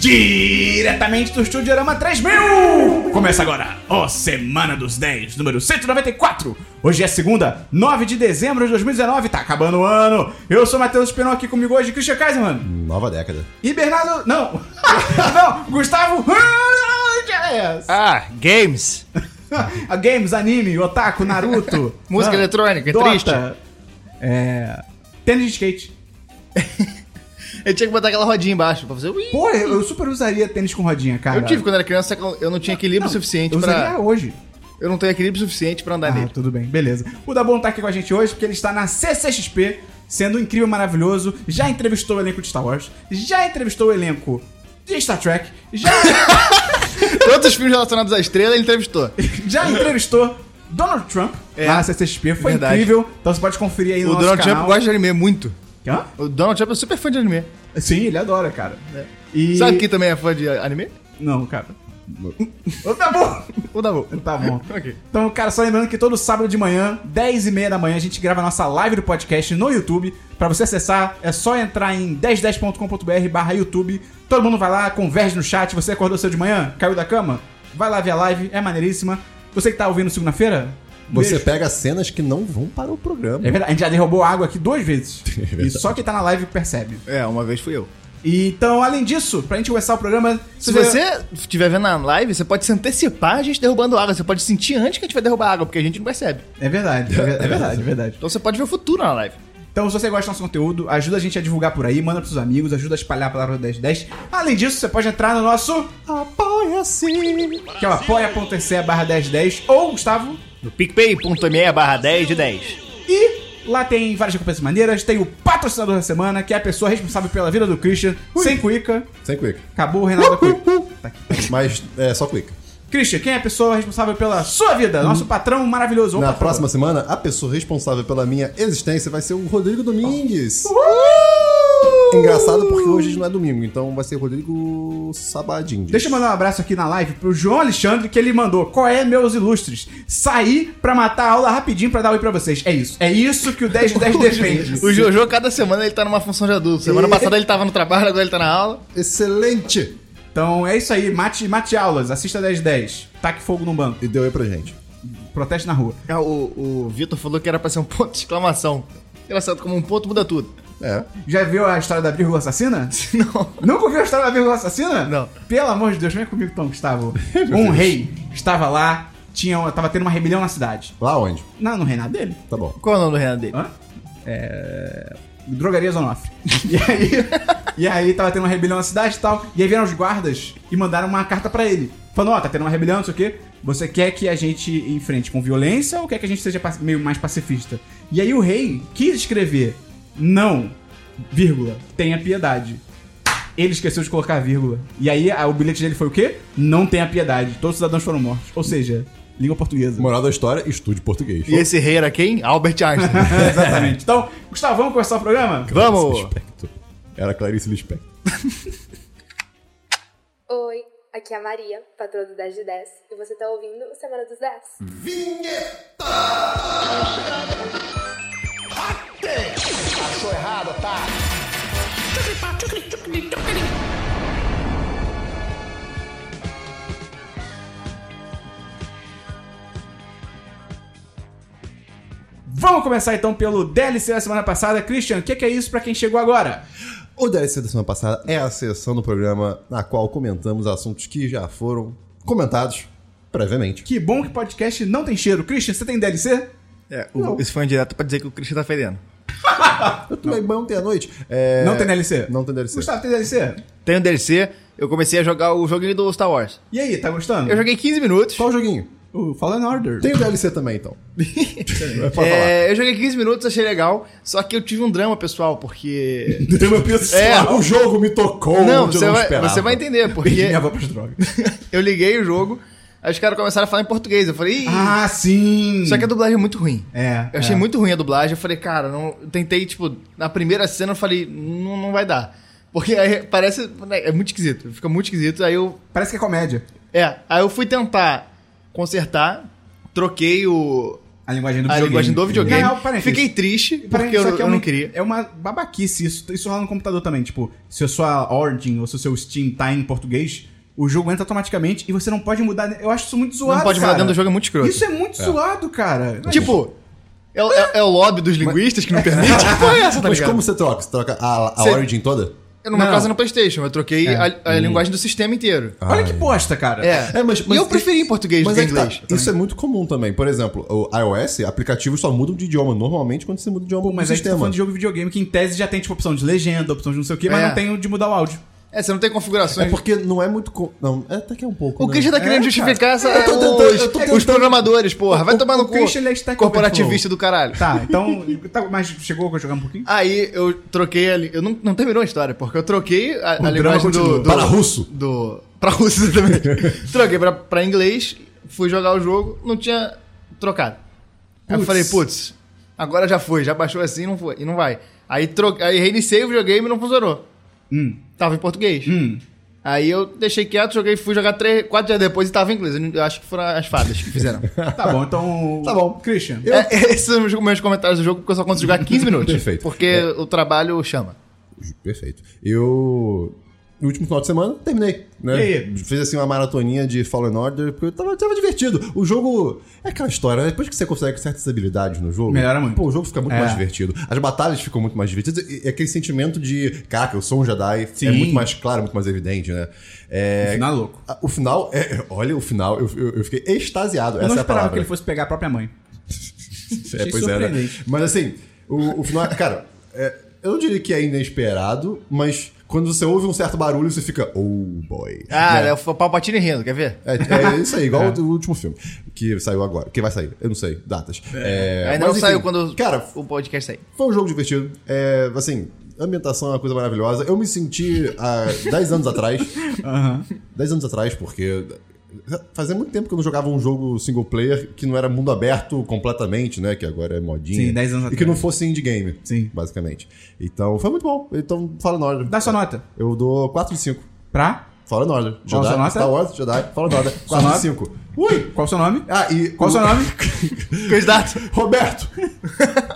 Diretamente do Estúdio Arama 3000! Começa agora, ó Semana dos 10, número 194. Hoje é segunda, 9 de dezembro de 2019, tá acabando o ano. Eu sou Matheus Esperon, aqui comigo hoje, Christian Kaiser, mano. Nova década. E Bernardo... Não! não, Gustavo... Yes. Ah, games. Ah, Games, anime, otaku, Naruto... Música Ah, eletrônica, é Dota. triste. É... Tênis de skate. Eu tinha que botar aquela rodinha embaixo pra fazer. ui. Pô, eu, eu super usaria tênis com rodinha, cara. Eu tive quando era criança, só que eu não tinha equilíbrio Não, suficiente eu usaria pra. hoje. Eu não tenho equilíbrio suficiente pra andar Ah, nele. tudo bem, beleza. O Dabon tá aqui com a gente hoje porque ele está na CCXP, sendo um incrível, maravilhoso. Já entrevistou o elenco de Star Wars, já entrevistou o elenco de Star Trek, já, Todos os filmes relacionados à estrela ele entrevistou. já entrevistou Donald Trump É. lá na CCXP. Foi Verdade. incrível. Então você pode conferir aí no o nosso Donald canal. Trump gosta de anime muito. de... Hã? O Donald Trump é super fã de anime. Sim, ele adora, cara. E... Sabe quem também é fã de anime? Não, cara. Ô, tá bom. O Dabu. Tá bom. Ok. Então, cara, só lembrando que todo sábado de manhã, 10 e meia da manhã, a gente grava a nossa live do podcast no YouTube. Pra você acessar, é só entrar em 1010.com.br barra YouTube. Todo mundo vai lá, converge no chat. Você acordou cedo de manhã? Caiu da cama? Vai lá ver a live, é maneiríssima. Você que tá ouvindo segunda-feira... Você beijo. pega cenas que não vão para o programa. É verdade, a gente já derrubou água aqui duas vezes. É verdade. e só quem tá na live percebe. É, uma vez fui eu. E, então, além disso, pra gente começar o programa... Se você estiver vendo na live, você pode se antecipar a gente derrubando água. Você pode sentir antes que a gente vai derrubar água, porque a gente não percebe. É verdade, é verdade, é verdade. É verdade. Então você pode ver o futuro na live. Então, se você gosta do nosso conteúdo, ajuda a gente a divulgar por aí, manda pros seus amigos, ajuda a espalhar a palavra 1010. Além disso, você pode entrar no nosso, Apoia-se! que é o apoia.se barra 1010, ou Gustavo, No picpay.me barra 10 de 10. e lá tem várias recompensas maneiras, tem o patrocinador da semana, que é a pessoa responsável pela vida do Christian, sem cuica, Sem quick. Tá acabou o Reinaldo da cuica. Mas é só quick. Christian, quem é a pessoa responsável pela sua vida? Nosso patrão maravilhoso. ou Hum. Na patroa. próxima semana, a pessoa responsável pela minha existência vai ser o Rodrigo Domingues. Engraçado porque hoje não é domingo, então vai ser Rodrigo Sabadinho. Deixa eu mandar um abraço aqui na live pro João Alexandre, que ele mandou. Qual é, meus ilustres? Saí pra matar a aula rapidinho pra dar oi pra vocês. É isso. É isso que o 10 de é 10 depende. O Jojo, cada semana, ele tá numa função de adulto. Semana passada ele tava no trabalho, agora ele tá na aula. Excelente! Então é isso aí. Mate, mate aulas. Assista 10 de 10. Taque fogo num banco. E deu aí pra gente. Proteste na rua. Ah, O, o Vitor falou que era pra ser um ponto de exclamação. Engraçado, como um ponto muda tudo. É. Já viu a história da vírgula assassina? Não. Nunca ouviu a história da vírgula assassina? Não. Pelo amor de Deus, vem comigo então, Gustavo. Um rei estava lá, tinha, tava tendo uma rebelião na cidade. Lá onde? Não, no reinado dele. Tá bom. Qual é o nome do Renan dele? Hã? É... Drogaria Zonoff. E aí, e aí tava tendo uma rebelião na cidade e tal. E aí vieram os guardas e mandaram uma carta pra ele. Falando, ó, tá tendo uma rebelião, não sei o quê. Você quer que a gente enfrente com violência ou quer que a gente seja paci- meio mais pacifista? E aí o rei quis escrever não, vírgula, tenha piedade. Ele esqueceu de colocar a vírgula. E aí a- o bilhete dele foi o quê? Não tenha piedade. Todos os cidadãos foram mortos. Ou seja, língua portuguesa. Moral da história, estude português. E esse rei era quem? Albert Einstein. Exatamente. Então, Gustavo, vamos começar o programa? Vamos! Lispector. Era Clarice Lispector. Oi, aqui é a Maria, patroa do 10 de 10, e você tá ouvindo o Semana dos 10. Vamos começar então pelo DLC da semana passada. Christian, o que, que é isso pra quem chegou agora? O DLC da semana passada é a sessão do programa na qual comentamos assuntos que já foram comentados previamente. Que bom que podcast não tem cheiro. Christian, você tem DLC? É, o- Não. esse foi um direto pra dizer que o Christian tá fedendo. Eu tomei banho ontem à noite. É, Não tem DLC? Não tem DLC. Gustavo, tem DLC? Tem o DLC, eu comecei a jogar o joguinho do Star Wars. E aí, tá gostando? Eu joguei 15 minutos. Qual o joguinho? O Fallen Order. Tem o DLC também, então. Pode falar. É, eu joguei 15 minutos, achei legal. Só que eu tive um drama pessoal, porque. Meu Deus, É. o jogo me tocou. não, onde eu você, vai, esperava. você vai entender, Perdi porque minha avó pras drogas. eu liguei o jogo, aí os caras começaram a falar em português. Eu falei, Ih, ah, sim! só que a dublagem é muito ruim. É, Eu achei é. muito ruim a dublagem. Eu falei, cara, não, eu tentei, tipo, na primeira cena eu falei, não, não vai dar. Porque aí parece. né, É muito esquisito, fica muito esquisito. Aí eu. Parece que é comédia. É, aí eu fui tentar consertar, troquei o. A linguagem do A videogame. linguagem do videogame. Na real, parênteses. Fiquei triste, Parênteses, porque eu, isso aqui é eu uma- não queria. É uma babaquice isso. Isso rola no computador também. Tipo, se a sua Origin ou se o seu Steam tá em português, o jogo entra automaticamente e você não pode mudar. Eu acho isso muito zoado. Não pode mudar cara. dentro do jogo, é muito escroto. Isso é muito zoado, cara. Tipo, é, o- é- é o lobby dos linguistas que não permite? Que porra é essa, tá Mas ligado? como você troca? Você troca a, a Você- Origin toda? Eu numa Não. casa no Playstation, eu troquei É. a, a linguagem do sistema inteiro. Tipo, Olha que bosta, cara. É, e eu preferi em português do mas que em é que tá, inglês. Isso é muito comum também. Por exemplo, o iOS, aplicativos só mudam de idioma normalmente quando você muda de idioma Pô, do Um mas aí você tá sistema. falando de jogo de videogame que em tese já tem, tipo, opção de legenda, opção de não sei o quê, mas É. não tem o de mudar o áudio. É, você não tem configurações. É porque não é muito. co- Não, é até que é um pouco. O né? Christian tá querendo cara. justificar essa, Eu tô os- tentando- eu tô os tentando- programadores, porra. Vai O- tomar o no cu. Christian, ele é Stack corporativista do caralho. Tá, então. tá, mas chegou a jogar um pouquinho? Aí eu troquei ali. Eu não, não terminou a história, porque eu troquei a, a drama linguagem do, continua. do. Para russo. Do. Pra russo também. troquei pra, pra inglês, fui jogar o jogo, não tinha trocado. Aí eu Putz. falei, putz, agora já foi, já baixou assim não foi, e não vai. Aí, troquei, aí reiniciei o videogame e não funcionou. Hum. Tava em português. Hum. Aí eu deixei quieto, joguei, fui jogar três, quatro dias depois e tava em inglês. Eu acho que foram as fadas que fizeram. Tá bom, então. Tá bom. Christian. É, esses são os meus comentários do jogo, porque eu só consigo jogar 15 minutos. Perfeito. Porque É. o trabalho chama. Perfeito. Eu. No último final de semana, terminei. Né? E aí? Fiz assim uma maratoninha de Fallen Order, porque tava, tava divertido. O jogo. É aquela história, né? Depois que você consegue certas habilidades no jogo. Melhora muito. Pô, o jogo fica muito É. mais divertido. As batalhas ficam muito mais divertidas. E e aquele sentimento de, caraca, eu sou um Jedi. É Sim. muito mais claro, muito mais evidente, né? É, No final, louco. Ah, O final, é, olha o final, eu, eu- eu fiquei extasiado. Eu essa não é a esperava palavra. que ele fosse pegar a própria mãe. É, pois é, né? surpreendente. Mas assim, o, o final, cara, é, eu não diria que é inesperado, mas quando você ouve um certo barulho, você fica, oh boy. Ah, Né? é o Palpatine rindo, quer ver? é, é isso aí, igual o último filme que saiu agora. Que vai sair, eu não sei, datas. É, Ainda não mas, saiu enfim, quando Cara, o podcast sair. foi um jogo divertido. É, assim, a ambientação é uma coisa maravilhosa. Eu me senti há 10 anos atrás. 10 anos atrás, porque. Fazia muito tempo que eu não jogava um jogo single player que não era mundo aberto completamente, né? Que agora é modinha. Sim, 10 anos E que atrás. não fosse indie game. Sim. Basicamente. Então, foi muito bom. Então, fala na hora. Dá sua nota. Eu dou 4 de 5. Pra? Fala na hora. Qual a sua nota? Star Wars, Jedi. Fala na hora. 4 de nota? 5. Ui! Qual o seu É nome? Ah, e. Qual o seu nome? tá Candidato. Roberto!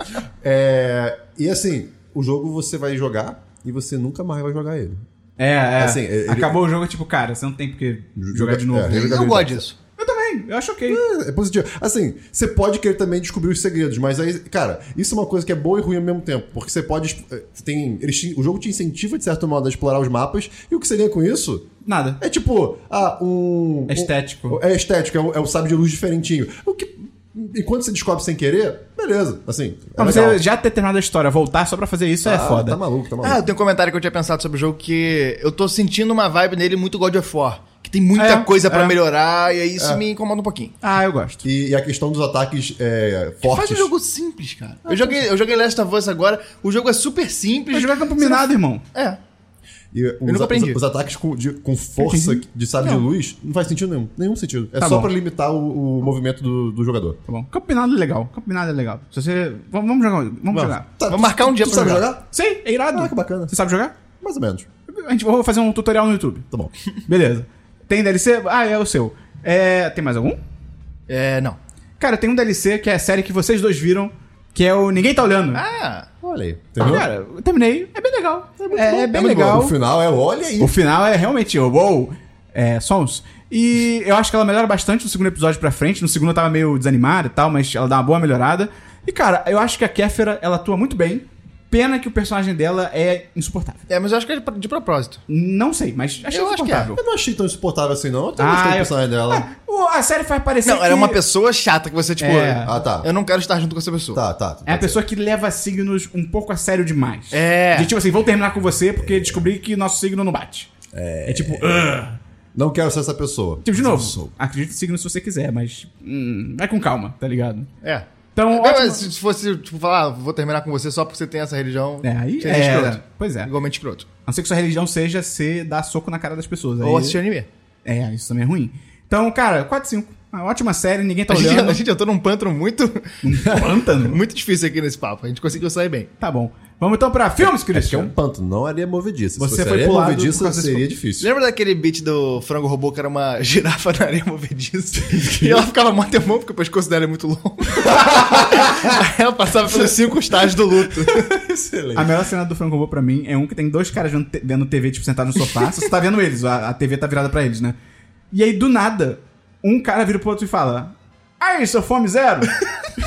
É, e assim, o jogo você vai jogar e você nunca mais vai jogar ele. É, é. Assim, ele- Acabou o jogo, é tipo, cara, você não tem porque jogar de novo. É, ele- Eu gosto disso. Eu também, eu acho ok. É, é positivo. Assim, você pode querer também descobrir os segredos, mas aí, cara, isso é uma coisa que é boa e ruim ao mesmo tempo. Porque você pode. exp- é, você Tem, eles te- o jogo te incentiva, de certo modo, a explorar os mapas, e o que você ganha com isso Nada. é tipo, ah, um. É estético. um- é estético, é um, é um sábio de luz diferentinho. O que. Enquanto você descobre sem querer, beleza. Assim. é Não, você legal. já ter terminado a história, voltar só pra fazer isso é Ah, foda. Tá maluco, tá maluco. Ah, eu tenho um comentário que eu tinha pensado sobre o jogo que eu tô sentindo uma vibe nele muito God of War. Que tem muita É, coisa pra é. melhorar e aí isso me incomoda um pouquinho. Ah, eu gosto. E, e a questão dos ataques é, fortes. Faz um jogo simples, cara. Eu joguei, eu joguei Last of Us agora, o jogo é super simples. Mas jogar campo minado, irmão. É. E os, nunca aprendi. os- os ataques com, de- com força de sabre de luz não faz sentido nenhum. Nenhum sentido. É Tá só bom. pra limitar o, o movimento do, do jogador. Tá bom. Campo minado é legal. Campo minado é legal. Se você. v- Vamos jogar. Vamos, jogar. Tá, Vou marcar um dia tu pra sabe jogar. jogar. Sim, é irado. Ah, que bacana. Você sabe jogar? Mais ou menos. A gente vai fazer um tutorial no YouTube. Tá bom. Beleza. Tem DLC? Ah, é o seu. É. Tem mais algum? É, não. Cara, tem um DLC que é a série que vocês dois viram, que é o Ninguém Tá Olhando. Ah, Olha aí. Entendeu? Cara, eu terminei. É bem legal. É, é bem muito legal. bom. O final é olha aí. O final é realmente o wow, é, sons. E eu acho que ela melhora bastante no segundo episódio pra frente. No segundo eu tava meio desanimada e tal, mas ela dá uma boa melhorada. E cara, eu acho que a Kéfera, ela atua muito bem. Pena que o personagem dela é insuportável. é, mas eu acho que é de de propósito. Não sei, mas achei Eu acho que é. insuportável. Eu não achei tão insuportável assim, não. Eu até gostei do eu- personagem dela. Ah, o- a série faz parecer Não, que... era uma pessoa chata que você, tipo, É. Ah, tá. eu não quero estar junto com essa pessoa. Tá, tá. É a pessoa que leva signos um pouco a sério demais. É. De tipo assim, vou terminar com você porque descobri que nosso signo não bate. É, tipo, "Ugh." Não quero ser essa pessoa. tipo, de novo, Sou. acredite em signo se você quiser, mas hum, vai com calma, tá ligado? É. Então, Não, ótimo. mas se fosse, tipo, falar, ah, vou terminar com você só porque você tem essa religião. É, aí seria é, escroto. Pois é. A Igualmente escroto. não ser que sua religião seja ser dar soco na cara das pessoas. Ou Aí, assistir anime. é, isso também é ruim. Então, cara, 4 5. Uma ótima série, ninguém tá a, gente, olhando. a gente entrou num pântano muito, Um pântano. muito difícil aqui nesse papo. A gente conseguiu sair bem. tá bom. Vamos então pra filmes, Que é um Christian. pântano, não areia movediça. Você Se fosse foi areia pulado por movediça, causa desse seria ponto. difícil. Lembra daquele beat do frango robô que era uma girafa na areia movediça? e ela ficava mó tempo porque o pescoço dela é muito longo. Aí ela passava pelos cinco estágios do luto. A melhor cena do Franco Robô pra mim é um que tem dois caras vendo, te- vendo TV, tipo, sentado no sofá. Só você tá vendo eles, a, a TV tá virada pra eles, né? E aí, do nada, um cara vira pro outro e fala: Aí, seu fome zero?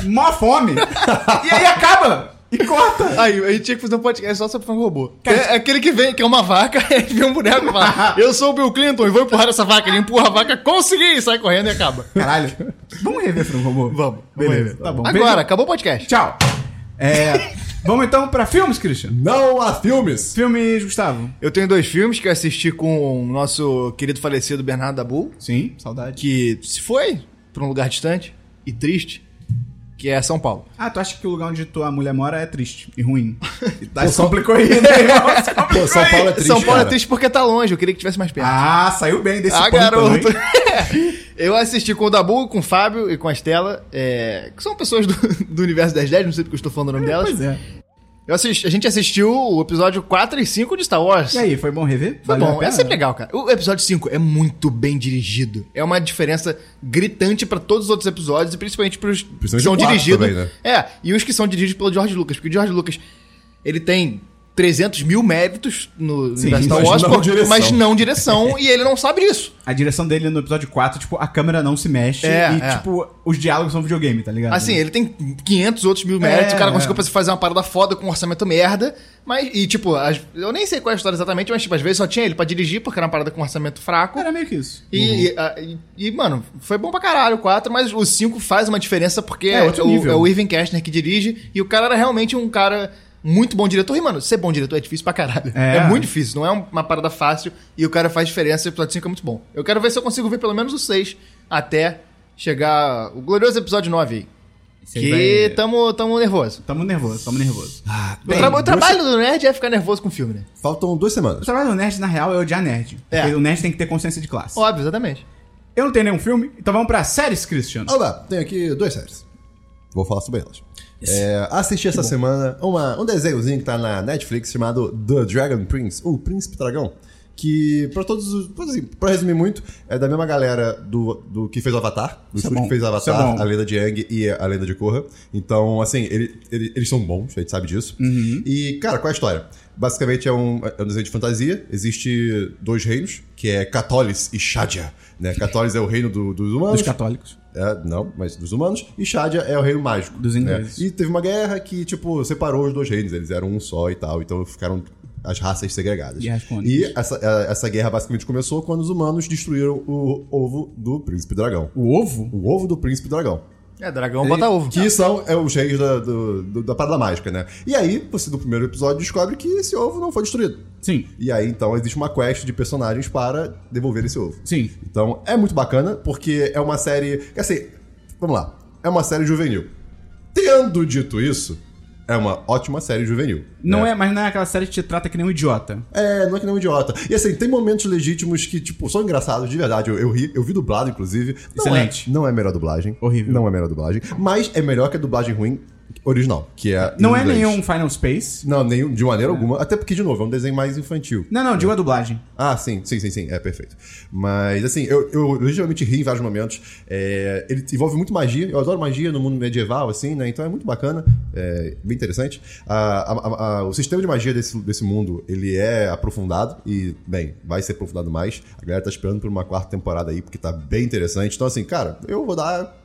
Mó fome! E aí acaba! E corta! Aí a gente tinha que fazer um podcast só sobre frango robô. É, é aquele que vem, que é uma vaca, e aí vem um boneco e fala: Eu sou o Bill Clinton e vou empurrar essa vaca. Ele empurra a vaca, consegui! E sai correndo e acaba. Caralho. Vamos rever Franco Robô? Vamos, vamos Beleza, rever. tá bom. Agora, Beijo. acabou o podcast. Tchau. É, vamos então pra filmes, Christian. Não há filmes! Filmes, Gustavo. Eu tenho dois filmes que eu assisti com o nosso querido falecido Bernardo Dabu, Sim, saudade. que se foi pra um lugar distante e triste, que é São Paulo. Ah, tu acha que o lugar onde tua mulher mora é triste e ruim? E tá, Pô, se São- complicou aí, né? irmão? Se complicou Pô, São aí. Paulo é triste, São Paulo cara. é triste porque tá longe, eu queria que tivesse mais perto. Ah, saiu bem desse ah, ponto, garoto! hein? Eu assisti com o Dabu, com o Fábio e com a Estela, é, que são pessoas do, do universo das 10, não sei porque eu estou falando o nome delas. Pois é. Eu assisti- a gente assistiu o episódio 4 e 5 de Star Wars. E aí, foi bom rever? Foi Valeu a bom, é pena? né? sempre legal, cara. O episódio 5 é muito bem dirigido. É uma diferença gritante pra todos os outros episódios e principalmente pros que Principalmente são o quarto dirigidos. também, né? É, e os que são dirigidos pelo George Lucas, porque o George Lucas ele tem 300 mil méritos no Sim, da Star mas Wars, não por- direção. mas não direção, e ele não sabe disso. A direção dele no episódio 4, tipo, a câmera não se mexe É, e, é. tipo, os diálogos são videogame, tá É. ligado? Assim, ele tem 500 outros mil méritos, É, o cara é. conseguiu pra se fazer uma parada foda com um orçamento merda, mas, e tipo, as- eu nem sei qual é a história exatamente, mas tipo, às vezes só tinha ele pra dirigir, porque era uma parada com um orçamento fraco. Era meio que isso. Uhum. E, e, a- e- e, mano, foi bom pra caralho o 4, mas o 5 faz uma diferença porque É, é, outro o, nível. é o Irving Kastner que dirige e o cara era realmente um cara muito bom diretor. E, mano, ser bom diretor é difícil pra caralho. É. É, muito difícil, não é um- uma parada fácil e o cara faz diferença e o episódio 5 é muito bom. Eu quero ver se eu consigo ver pelo menos o 6 até chegar o glorioso episódio 9 aí. Você Que tá- vai- tamo, tamo nervoso. Tamo nervoso, tamo nervoso. Ah, O, tra- o trabalho do nerd é ficar nervoso com o filme, né? Faltam duas O semanas. trabalho do nerd, na real, é odiar nerd. É. Porque o nerd tem que ter consciência de classe. Óbvio, exatamente. Eu não tenho nenhum filme, então vamos pra séries, Christian. Olá, tenho aqui duas séries. Vou falar sobre elas. É, assisti essa semana uma- um desenhozinho que tá na Netflix chamado The Dragon Prince, o Príncipe Dragão. Que, pra todos os. pra, assim, pra resumir muito, é da mesma galera do, do que fez o Avatar, Isso é do estúdio bom, que fez o isso é Avatar, bom. a Lenda de Yang e a Lenda de Korra. Então, assim, ele- ele- eles são bons, a gente sabe disso. Uhum. E, cara, qual é a história? Basicamente é um, é um desenho de fantasia. Existe dois reinos, que é Catolis e Shadia. Né? Catolis é o reino do- dos humanos. Dos católicos. É, não, mas dos humanos. E Shadia é o reino mágico. Dos ingleses. né? E teve uma guerra que, tipo, separou os dois reinos. Eles eram um só e tal. Então ficaram as raças segregadas. Guerras cônicas. E essa, a- essa guerra basicamente começou quando os humanos destruíram o ovo do príncipe dragão. O ovo? O ovo do príncipe dragão. É, dragão bota ovo. Que são é, os reis da, do- do- da parada mágica, né? E aí, você no primeiro episódio descobre que esse ovo não foi destruído. Sim, E aí, então, existe uma quest de personagens para devolver esse ovo. sim. Então é muito bacana, porque é uma série. que, Assim, vamos lá. É uma série juvenil. Tendo dito isso, é uma ótima série juvenil. né? Não é. mas não é aquela série que te trata que nem um idiota. É, não é que nem um idiota. E assim, tem momentos legítimos que, tipo, são engraçados, de verdade. Eu, eu ri, eu vi dublado, inclusive. Não Excelente. É, não é a melhor dublagem. Horrível. Não é a melhor dublagem. Mas é melhor que a dublagem ruim original, que é. em Não é inglês. nenhum Final Space. Não, nenhum, de maneira alguma. Até porque, de novo, é um desenho mais infantil. Não, não, digo a dublagem. Ah, sim, sim, sim, sim. É perfeito. Mas, assim, eu, eu legitimamente ri em vários momentos. É, ele envolve muito magia. Eu adoro magia no mundo medieval, assim, né? Então é muito bacana. É bem interessante. A- a- a- a- o sistema de magia desse, desse mundo, ele é aprofundado. E, bem, vai ser aprofundado mais. A galera tá esperando por uma quarta temporada aí, porque tá bem interessante. Então, assim, cara, eu vou dar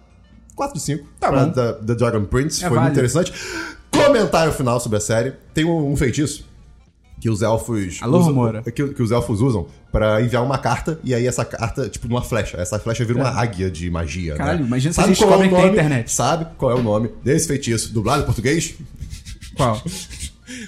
4 de 5 Tá pra bom. The, The Dragon Prince. É Foi válido. muito interessante. Comentário final sobre a série. Tem um, um feitiço que os elfos. Alô, usam- Romora. que, que os elfos usam pra enviar uma carta e aí essa carta, tipo, numa flecha. Essa flecha vira uma águia de magia. É. Caralho, né? imagina se Sabe a gente qual descobre o que tem nome- internet. Sabe qual é o nome desse feitiço dublado em português? Qual?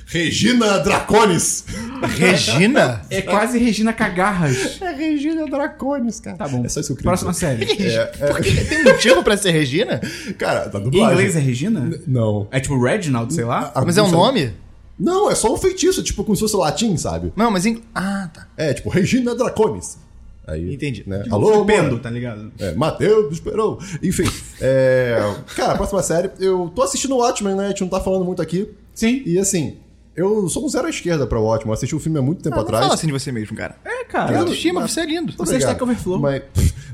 Regina Draconis. Regina? É quase Regina Cagarras. É Regina Draconis, cara. Tá bom. É só isso que eu queria Próxima dizer. É, série. Por que tem motivo pra ser Regina? Cara, da Em dublagem. inglês é Regina? Não. É tipo Reginald, sei lá? A- Mas é não um sei- nome? Não, é só um feitiço, tipo, como se fosse latim, sabe? Não, mas em. Ah, tá. É, tipo, Regina Draconis. Aí, Entendi. Né? Tipo, Alô, Pendo, tá ligado? É, Matheus esperou. Enfim, é, cara, a próxima série, eu tô assistindo o Watchmen, né? A gente não tá falando muito aqui. Sim. E assim, Eu sou um zero à esquerda pra Watchmen. Eu assisti o filme há muito Ah, tempo Não, não atrás. fala assim de você mesmo, cara. É, Tem cara. autoestima, você é lindo. Você Obrigado. Stack Overflow. Mas,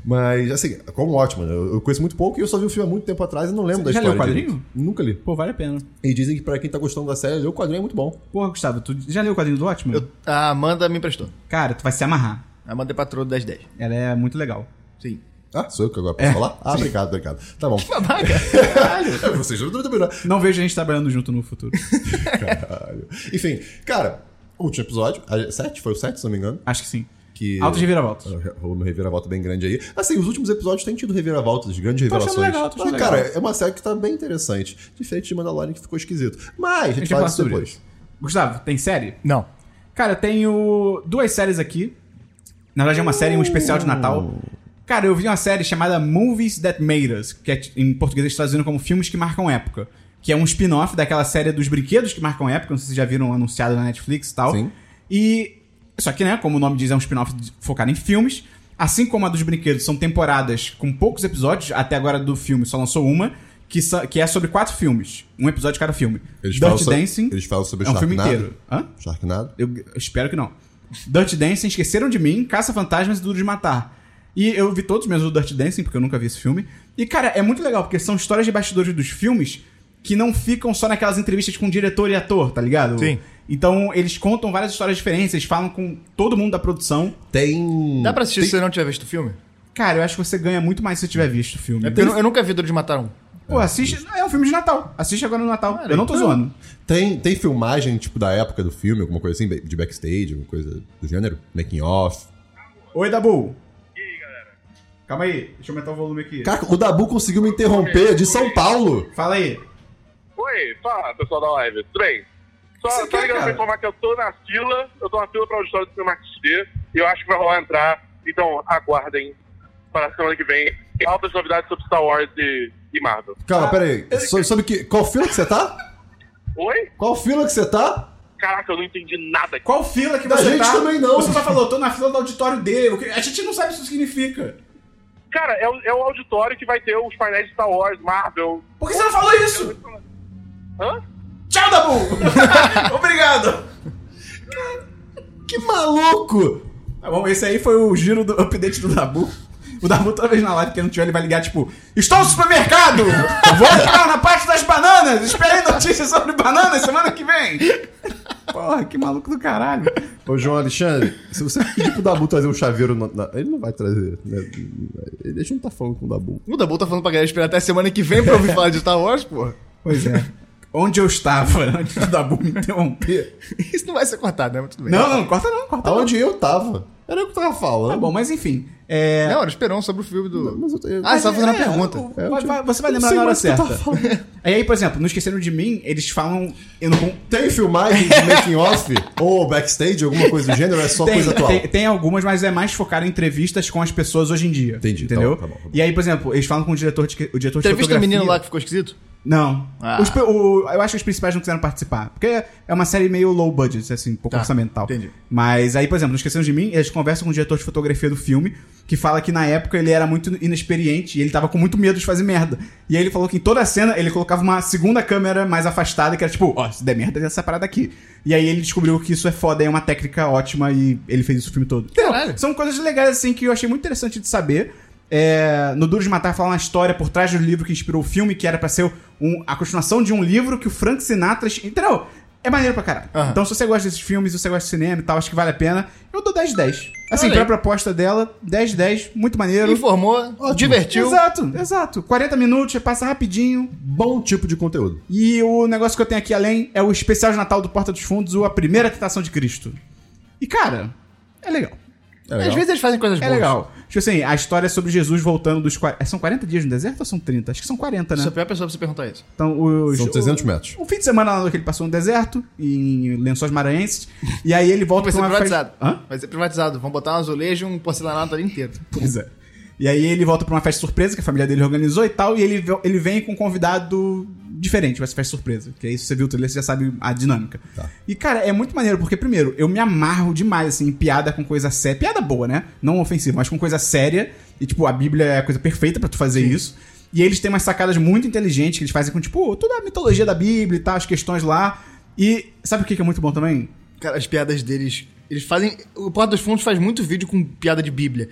mas, assim, como Watchmen, eu, eu conheço muito pouco e eu só vi o filme há muito tempo atrás e não lembro Você já da leu o história. quadrinho? direito. Nunca li. Pô, vale a pena. E dizem que pra quem tá gostando da série, ler o quadrinho é muito bom. Porra, Gustavo, tu já leu o quadrinho do Watchmen? Eu- a Amanda me emprestou. Cara, tu vai se amarrar. A Amanda é patroa do 1010. Ela é muito legal. Sim. Ah, sou eu que agora É. posso falar? Ah, obrigado, obrigado. Tá bom. Babaca. É, Vocês não terminaram. Não vejo a gente trabalhando junto no futuro. Caralho. Enfim, cara, último episódio, a- sete, foi o sete, se não me engano. Acho que sim. Que... Altos reviravoltas. Rolou uma reviravolta bem grande aí. Assim, os últimos episódios têm tido reviravoltas, grandes Tô achando revelações. legal, tô achando Ah, cara, legal. é uma série que tá bem interessante. Diferente de Mandalorian, que ficou esquisito. Mas a gente, A gente vai fala falar isso sobre depois. isso. Gustavo, tem série? Não. Cara, eu tenho duas séries aqui. Na verdade, é uma série e um especial de Natal. Cara, eu vi uma série chamada Movies That Made Us, que é, t- em português eles traduziram como Filmes que Marcam Época. Que é um spin-off daquela série dos brinquedos que marcam época, não sei se vocês já viram anunciado na Netflix e tal. Sim. E. Só que, né, como o nome diz, é um spin-off de- focado em filmes. Assim como a dos brinquedos, são temporadas com poucos episódios, até agora do filme só lançou uma, que, sa- que é sobre quatro filmes. Um episódio de cada filme. falam Dirty sobre- Dancing Eles falam sobre é um filme Sharknado. inteiro. Hã? Sharknado. Eu espero que não. Dirty Dancing, Esqueceram de Mim, Caça Fantasmas e Duro de Matar. E eu vi todos menos o Dirty Dancing, porque eu nunca vi esse filme. E, cara, é muito legal, porque são histórias de bastidores dos filmes que não ficam só naquelas entrevistas com diretor e ator, tá ligado? Sim. Então, eles contam várias histórias diferentes, eles falam com todo mundo da produção. Tem. Dá pra assistir se você não tiver visto o filme? É Cara, eu acho que você ganha muito mais se você tiver visto o filme. Eu, nu- eu nunca vi Duro de Matar um. Pô, assiste. É um filme de Natal. Assiste agora no Natal. eu não tô zoando. Tem, tem filmagem, tipo, da época do filme, alguma coisa assim, de backstage, alguma coisa do gênero? Making off. Oi, Dabu. E aí, galera? Calma aí, deixa eu aumentar o volume aqui. Caraca, o Dabu conseguiu me interromper de São Paulo. Fala aí. Oi, fala pessoal da live, tudo bem? Só, Você só quer, ligando cara? pra informar que eu tô na fila, eu tô na fila pra auditório do Cinema XD, e eu acho que vai rolar entrar, então aguardem para a semana que vem altas novidades sobre Star Wars e, e Marvel. Ah, Calma, pera aí. So- Sobre que. Qual fila que você tá? Oi? Qual fila que você tá? Caraca, eu não entendi nada aqui. Qual fila que Da você gente tá? também não. Você só falou, tô na fila do auditório dele. O que- A gente não sabe o que isso significa. Cara, é o, é o auditório que vai ter os painéis de Star Wars, Marvel. Por que você não falou isso? Hã? Tchau, Dabu! Obrigado! Que maluco! Tá bom, esse aí foi o giro do update do Dabu. O Dabu, toda vez na live que ele não tiver, ele vai ligar, tipo, estou no supermercado! Vou entrar na parte das bananas! Esperei notícias sobre bananas semana que vem! Porra, que maluco do caralho. Ô, João Alexandre, se você pedir pro Dabu trazer um chaveiro. na- na- ele não vai trazer. Né? Ele deixa não tá falando com o Dabu. O Dabu tá falando pra galera esperar até semana que vem pra ouvir falar de Star Wars, porra. Pois é. Onde eu estava antes do Dabu me interromper? Isso não vai ser cortado, né? Mas tudo bem. Não, não, corta não, corta não. Aonde eu tava? Era o que eu tava falando. Então- Tá bom, mas enfim. É... Não, era o Esperão sobre o filme do. Mas eu, eu, Ah, você tava fazendo É, uma pergunta. o- É, eu vai- te- vai- você vai eu lembrar não sei na hora mais o que eu certa. É, tava falando. Aí, por exemplo, não esqueceram de mim, eles falam. Eu não, Tem filmagem de making off? ou backstage, alguma coisa do gênero? É só tem, coisa atual? tem- tem algumas, mas é mais focado em entrevistas com as pessoas hoje em dia. Entendi, tá Entendeu? bom, tá bom, tá bom. E aí, por exemplo, eles falam com o diretor de, o diretor de Entrevista fotografia. do um menino lá que ficou esquisito? Não. Ah. Os pe- o- eu acho que os principais não quiseram participar. Porque é uma série meio low budget, assim, pouco Tá, orçamental. entendi. Mas aí, por exemplo, não esquecendo de mim, eles conversam com o diretor de fotografia do filme, que fala que na época ele era muito inexperiente e ele tava com muito medo de fazer merda. E aí ele falou que em toda a cena ele colocava uma segunda câmera mais afastada, que era tipo, ó, se der merda, tem essa parada aqui. E aí ele descobriu que isso é foda, é uma técnica ótima e ele fez isso o filme todo. Então, Caralho. são coisas legais, assim, que eu achei muito interessante de saber. É, no Duro de Matar fala uma história por trás do livro que inspirou o filme, que era pra ser um- a continuação de um livro que o Frank Sinatra. es- Entendeu? É maneiro pra caralho. Aham. Então, se você gosta desses filmes, se você gosta de cinema e tal, acho que vale a pena. Eu dou 10 de 10. Assim, Olha pra aí. proposta dela, 10 de 10, muito maneiro. Informou, divertiu. Exato, exato. 40 minutos, passa rapidinho. Bom tipo de conteúdo. E o negócio que eu tenho aqui além é o especial de Natal do Porta dos Fundos, o A Primeira Tentação de Cristo. E, cara, é legal. É Às legal. vezes eles fazem coisas É boas. legal. Tipo assim, a história é sobre Jesus voltando dos. quar- São 40 dias no deserto ou são 30? Acho que são 40, Eu né? sou a pior pessoa pra você perguntar isso. Então, os, São 300 metros. o, o fim de semana lá que ele passou no deserto, em Lençóis Maranhenses, e aí ele volta Vai ser pra uma festa- privatizado. Hã? Vai ser privatizado. Vão botar um azulejo e um porcelanato ali inteiro. Pois é. E aí ele volta pra uma festa surpresa que a família dele organizou e tal, e ele, ve- ele vem com um convidado diferente pra essa festa surpresa. Que aí se você viu o trailer, você já sabe a dinâmica. Tá. E, cara, é muito maneiro, porque, primeiro, eu me amarro demais, assim, em piada com coisa séria. Piada boa, né? Não ofensiva, mas com coisa séria. E, tipo, a Bíblia é a coisa perfeita pra tu fazer isso. E eles têm umas sacadas muito inteligentes que eles fazem com, tipo, toda a mitologia da Bíblia e tal, as questões lá. E sabe o que que é muito bom também? Cara, as piadas deles. Eles fazem. O Porta dos Fundos faz muito vídeo com piada de Bíblia.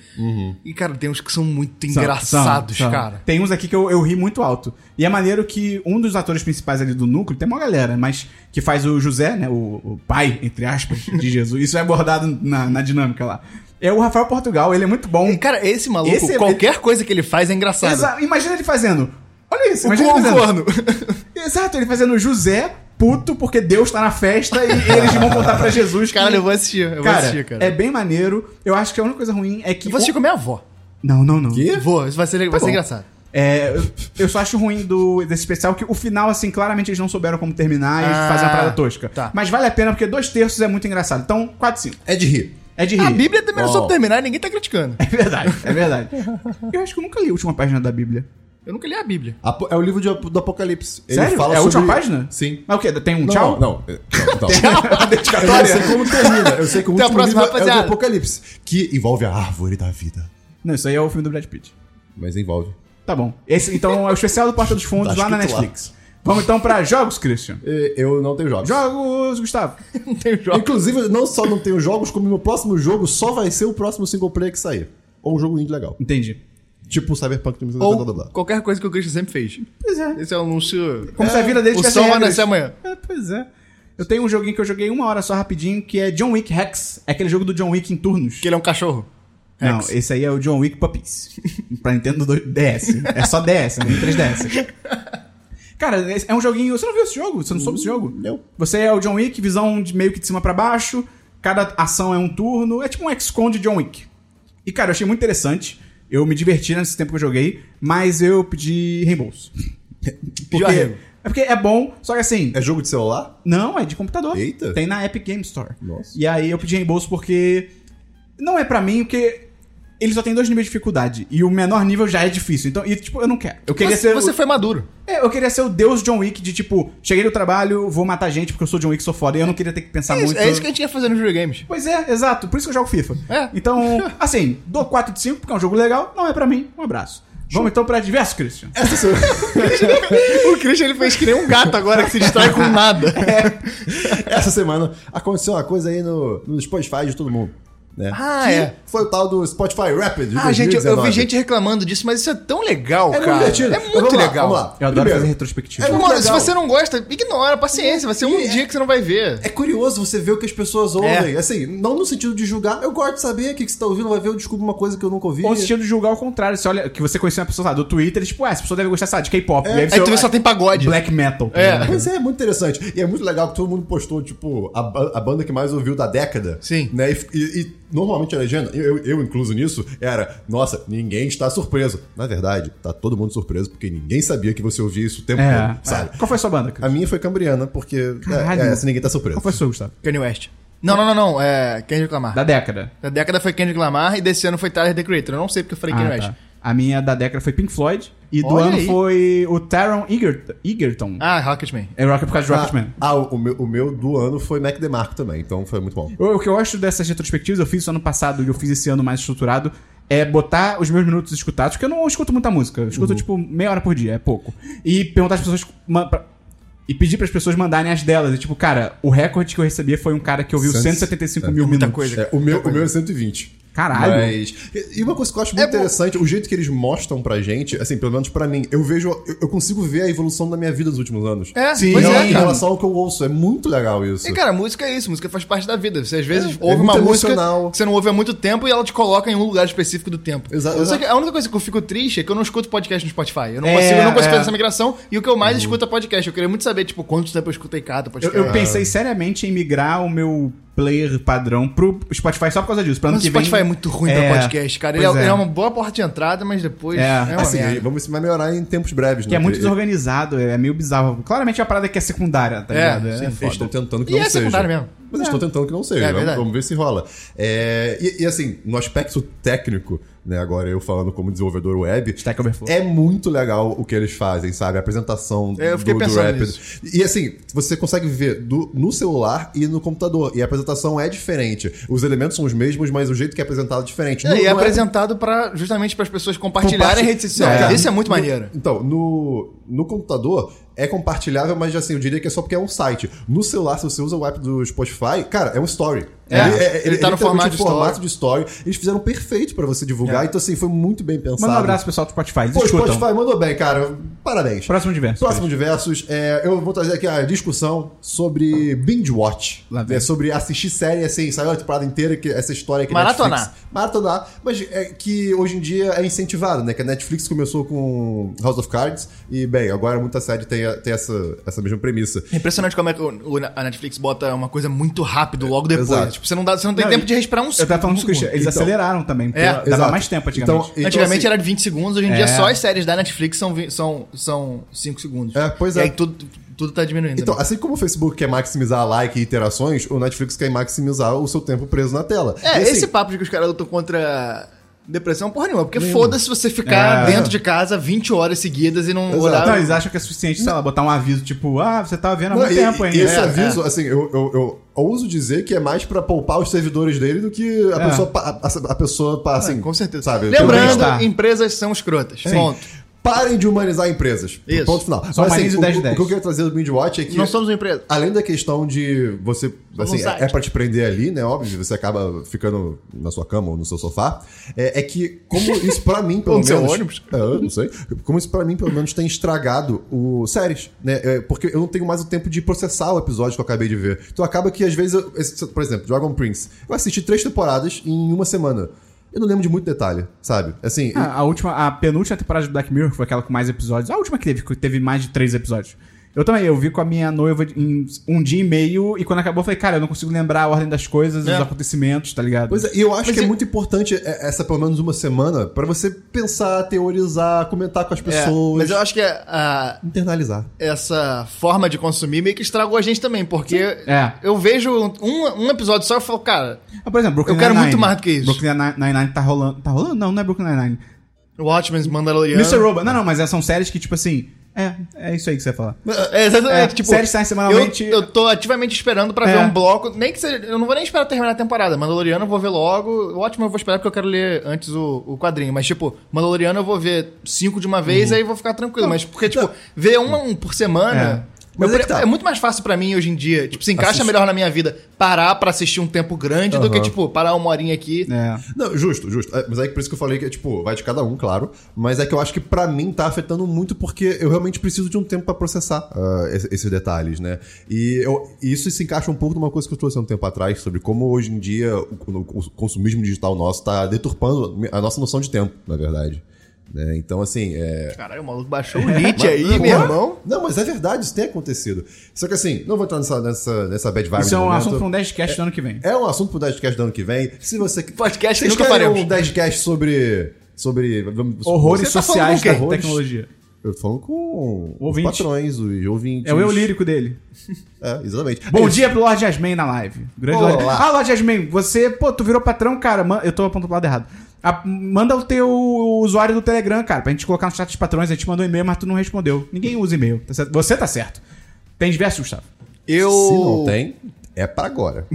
E, cara, tem uns que são muito São, engraçados, são, são. cara. Tem uns aqui que eu, eu ri muito alto. E é maneiro que um dos atores principais ali do núcleo, tem uma galera, mas que faz o José, né? O, o pai, entre aspas, de Jesus. Isso é abordado na, na dinâmica lá. É o Rafael Portugal, ele é muito bom. E, Cara, esse maluco, Esse é- qualquer coisa que ele faz é engraçado. Exa- imagina ele fazendo. Olha isso, O imagina ele corno. fazendo. corno. Exato, ele fazendo José puto porque Deus tá na festa e eles vão contar pra Jesus. que- Caralho, eu vou assistir. Eu vou Cara, assistir, cara. é bem maneiro. Eu acho que a única coisa ruim é que. Eu vou assistir com a minha avó. Não, não, não. Vou, isso vai ser, vai ser bom. engraçado. É, eu- eu só acho ruim do, desse especial que o final, assim, claramente eles não souberam como terminar e Ah, fazer uma parada tosca. tá. Mas vale a pena porque dois terços é muito engraçado. Então, 4, 5. É de rir. É de rir. A Bíblia também não Ó. soube terminar e ninguém tá criticando. É verdade, é verdade. Eu acho que eu nunca li a última página da Bíblia. Eu nunca li a Bíblia. Apo- É o livro de- do Apocalipse. Ele Sério? fala é a última sobre- página? Sim. Mas o quê? Tem um Não, tchau? Não, é- não, não. Eu não é sei como termina. Eu sei que o Até a último livro é próxima, o do rapaziada. Apocalipse, que envolve a árvore da vida. Não, isso aí é o filme do Brad Pitt. Mas envolve. Tá bom. Esse, então é o especial do Porta dos Fundos Tá lá na escrito lá. Netflix. Vamos então pra jogos, Christian. E- É, Eu não tenho jogos. Jogos, Gustavo. Não tem jogo. Inclusive, não só não tenho jogos, como meu próximo jogo só vai ser o próximo single player que sair. Ou um jogo indie legal. Entendi. Tipo Cyberpunk 2077. blá, blá, Ou blá. qualquer coisa que o Christian sempre fez. Pois é. Esse é o anúncio. Como se a vida dele O tivesse sol vai regras. nascer amanhã. É, pois é. Eu tenho um joguinho que eu joguei uma hora só rapidinho, que é John Wick Hex. É aquele jogo do John Wick em turnos. Que ele é um cachorro. Não, Hex. esse aí é o John Wick Puppies. pra Nintendo 2 DS. É só DS, não tem 3DS. Cara, esse é um joguinho... Você não viu esse jogo? Você não soube esse jogo? Não. Você é o John Wick, visão de meio que de cima pra baixo. Cada ação é um turno. É tipo um XCOM de John Wick. E, cara, eu achei muito interessante. Eu me diverti nesse tempo que eu joguei, mas eu pedi reembolso. Porque, é arrego. porque é bom, só que assim... É jogo de celular? Não, é de computador. Eita. Tem na Epic Game Store. Nossa. E aí eu pedi reembolso porque não é pra mim, porque ele só tem dois níveis de dificuldade e o menor nível já é difícil. Então, e tipo, eu não quero. Eu queria Você, ser você o... foi maduro. É, eu queria ser o deus John Wick de tipo, cheguei no trabalho, vou matar gente porque eu sou John Wick, sou foda. E eu não queria ter que pensar É isso, muito. é isso que a gente ia fazer nos videogames. Pois é, exato. Por isso que eu jogo FIFA. É. Então, assim, dou 4 de 5 porque é um jogo legal, não é pra mim. Um abraço. Vamos então pra diversos, Christian. É, o Christian ele fez que nem um gato agora que se distrai com nada. Essa semana aconteceu uma coisa aí no, no Spotify de todo mundo. Né? Ah, Que é. Foi o tal do Spotify Rapid. de Ah, gente, eu, eu 2019. vi gente reclamando disso, mas isso é tão legal, É muito cara. divertido. É Mas muito vamos lá, legal. vamos lá. Eu adoro Primeiro. fazer retrospectiva. É muito Mano, se legal. você não gosta, ignora, paciência. Vai ser um dia que você não vai ver. É curioso você ver o que as pessoas ouvem. É. Assim, não no sentido de julgar. Eu gosto de saber o que que você tá ouvindo, vai ver, eu descubro uma coisa que eu É. nunca ouvi. Ou no sentido de julgar o contrário. Você olha que você conheceu uma pessoa lá do Twitter, e, tipo, ah, essa pessoa deve gostar, sabe, de K-pop. É E aí você É. Aí tu vê só tem pagode. Black metal. É. Pois é, é muito interessante. E é muito legal que todo mundo postou, tipo, a, ba- a banda que mais ouviu da década. Sim. Né? E, e- e normalmente a legenda, eu, eu incluso nisso, era, nossa, ninguém está surpreso. Na verdade, tá todo mundo surpreso, porque ninguém sabia que você ouvia isso o tempo É. todo, sabe? Qual foi a sua banda, A cara? minha foi cambriana, porque Caralho. é, essa ninguém tá surpreso. Qual foi a sua, Gustavo? Kanye West. Não, não, não, não. É Kendrick Lamar. Da Da, década. década foi Kendrick Lamar e desse ano foi Tyler, The Creator. Eu não sei porque eu falei Kanye Ah, West. tá. A minha da década foi Pink Floyd. E do Olha ano aí. foi o Taron Egerton. Egerton. Ah, Rocketman. É Rocket por causa de Rocketman. Ah, ah, o, meu, o meu do ano foi Mac DeMarco também, então foi muito bom. O o que eu acho dessas retrospectivas, eu fiz isso ano passado e eu fiz esse ano mais estruturado, é botar os meus minutos escutados, porque eu não escuto muita música. Eu escuto, tipo, meia hora por dia, é pouco. E perguntar às pessoas... ma- pra- e pedir pras pessoas mandarem as delas. E, tipo, cara, o recorde que eu recebi foi um cara que ouviu Cento- 175 é, mil muita minutos. coisa. É, o, meu, o meu é 120. Caralho. Mas, e uma coisa que eu acho muito É bom. interessante, o jeito que eles mostram pra gente, assim, pelo menos pra mim, eu vejo, eu, eu consigo ver a evolução da minha vida nos últimos anos. É, Sim. Em pois rela- é, em cara. relação ao que eu ouço, é muito legal isso. E, cara, música é isso, música faz parte da vida. Você às vezes é ouve uma muito música emocional. que você não ouve há muito tempo e ela te coloca em um lugar específico do tempo. Exato, Só exato. que a única coisa que eu fico triste é que eu não escuto podcast no Spotify. Eu não É, consigo, eu não consigo é. fazer essa migração e o que eu mais escuto é podcast. Eu queria muito saber, tipo, quanto tempo eu escutei cada Eu, podcast. eu pensei seriamente em migrar o meu player padrão pro Spotify só por causa disso. Pra ano Mas o que vem- Spotify é muito ruim pra podcast, cara. Ele é, pois ele é uma boa porta de entrada, mas depois É. é, uma assim, merda. vamos vai melhorar em tempos breves, né? Que é muito Porque desorganizado, é meio bizarro. Claramente é uma parada que é secundária, tá É, ligado? É, sim, Eles estão foda. tentando que E não é seja. secundário mesmo. Mas eles estão tentando que não seja. É vamos, verdade. vamos ver se rola. É, e, e, assim, no aspecto técnico, né? Agora eu falando como desenvolvedor web, Stack Overflow. É muito legal o que eles fazem, sabe? A apresentação É, eu fiquei pensando nisso. E assim, você consegue ver do- no celular e no computador. E a apresentação é diferente. Os elementos são os mesmos, mas o jeito que é apresentado é diferente. É, No- e é não é- apresentado pra, justamente para as pessoas compartilharem Compartil- redes sociais. Não, cara, Isso é muito no- maneiro. Então, no. no computador é compartilhável, mas assim, eu diria que é só porque é um site. No celular, se você usa o app do Spotify, cara, é um story. É, ele tá no literalmente formato de É. formato de story. Eles fizeram perfeito pra você divulgar, então assim, foi muito bem pensado. Manda um abraço pro pessoal do Spotify. Eles Pô, escutam. Spotify mandou bem, cara. Parabéns. Próximo diverso. Próximo de versos, é, eu vou trazer aqui a discussão sobre binge watch. Lá vem. É sobre assistir série, assim, saiu a temporada inteira, que essa história que a Maratonar. Netflix- maratonar, mas é que hoje em dia é incentivado, né? Que a Netflix começou com House of Cards e, bem, agora muita série tem, a- tem essa, essa mesma premissa. É impressionante como é que o- o- a Netflix bota uma coisa muito rápido logo depois. Exato. Tipo, você não, dá, você não tem Não, tempo e- de respirar um Eu segundo. tava falando um com o Christian. segundo. Eles Então- aceleraram também. porque É, dava exato. mais tempo antigamente. Então, Antigamente assim, era de 20 segundos, hoje em É. dia só as séries da Netflix são, vi- são, são 5 segundos. É, pois E é. aí tudo, tudo tá diminuindo. Então, né? assim como o Facebook quer maximizar like e interações, o Netflix quer maximizar o seu tempo preso na tela. É, E, assim, esse papo de que os caras lutam contra depressão, porra nenhuma. Porque foda-se você ficar É. dentro de casa 20 horas seguidas e não Exato. Não, olhar. eles acham que é suficiente, sei lá, botar um aviso tipo, ah, você tava vendo há Não, muito e- tempo e ainda. Esse É. aviso, assim, eu, eu, eu ouso dizer que é mais pra poupar os servidores dele do que a É. pessoa. pa- A, a pessoa, pa- assim, Ah, com certeza. Sabe? Pelo Lembrando, bem-estar. empresas são escrotas. Ponto. Parem de humanizar empresas. Isso. Ponto final. assim, Só humanize o, o 10 o- 10. o que eu queria trazer do Midwatch é que. Não somos uma empresa. Além da questão de você. Vamos tipo Assim, no site. é, é pra te prender ali, né? Óbvio, você acaba ficando na sua cama ou no seu sofá. É, é que, como isso pra mim, pelo Ou no seu menos. ônibus. É, eu não sei. Como isso pra mim, pelo menos, tem estragado o séries, né? É, porque eu não tenho mais o tempo de processar o episódio que eu acabei de ver. Então acaba que, às vezes, eu- esse- por exemplo, Dragon Prince. Eu assisti três temporadas em uma semana. Eu não lembro de muito detalhe, sabe? Assim. Ah, a última, a penúltima temporada do Black Mirror, que foi aquela com mais episódios. A última que teve, que teve mais de três episódios. Eu também, eu vi com a minha noiva em um dia e meio, e quando acabou, eu falei, cara, eu não consigo lembrar a ordem das coisas, É. os acontecimentos, tá ligado? Pois é, e eu acho Mas que é e- muito importante é, essa pelo menos uma semana pra você pensar, teorizar, comentar com as É, pessoas, mas eu acho que a, internalizar. essa forma de consumir meio que estragou a gente também, porque É. eu vejo um, um episódio só e falo, cara, Ah, por exemplo, Brooklyn Eu quero Nine-Nine. muito mais do que isso. Brooklyn Nine-Nine tá rolando. Tá rolando? Não, não é Brooklyn Nine-Nine. Watchmen, Mandaloriano. Mr. Robot. Não, não, mas essas são séries que, tipo assim, é, é isso aí que você ia falar. É, exatamente. É, tipo, séries saem semanalmente. Eu, eu tô ativamente esperando pra É. ver um bloco. Nem que seja. Eu não vou nem esperar terminar a temporada. Mandaloriano eu vou ver logo. Watchmen eu vou esperar porque eu quero ler antes o, o quadrinho. Mas, tipo, Mandaloriano eu vou ver cinco de uma vez aí vou ficar tranquilo. Mas, porque, tipo, ver um, a um por semana. É. eu Mas é pre- é, que tá. muito mais fácil pra mim hoje em dia. Tipo, se encaixa Assistir. melhor na minha vida parar pra assistir um tempo grande do que, Aham. tipo, parar uma horinha aqui. É. Não, justo, justo. É, mas é que por isso que eu falei que é tipo, vai de cada um, claro. Mas é que eu acho que pra mim tá afetando muito porque eu realmente preciso de um tempo pra processar ah, esse- esses detalhes, né? E eu- e isso se encaixa um pouco numa coisa que eu trouxe há um tempo atrás sobre como hoje em dia o, o- o consumismo digital nosso tá deturpando a nossa noção de tempo, na verdade. né? Então, assim, é, Caralho, o maluco baixou o Nietzsche é aí, Mas- meu Porra. irmão. Não, mas é verdade, isso tem acontecido. Só que assim, não vou entrar nessa, nessa, nessa bad vibe Isso é no um momento. assunto pra um 10cast do ano que vem. É um assunto pro Deadcast do ano que vem. Se você Podcast Vocês nunca querem faremos. um Deadcast sobre... Sobre... vamos- Horrores Você tá sociais da falando com quem? Horrores? tecnologia. Eu tô falando com Ouvinte. os patrões, os ouvintes. É o eu lírico dele. É, exatamente. Bom Eles- dia pro Lorde Jasmin na live. Grande Olá. Lorde. Ah, Lorde Jasmin, você, pô, tu virou patrão, cara. Man- Eu tô apontando pro lado errado. A- Manda o teu usuário do Telegram, cara, pra gente colocar no chat de patrões. A gente mandou e-mail, mas tu não respondeu. Ninguém usa e-mail, tá certo? Você tá certo. Tem diversos, Gustavo. Eu. Se não tem, é pra agora.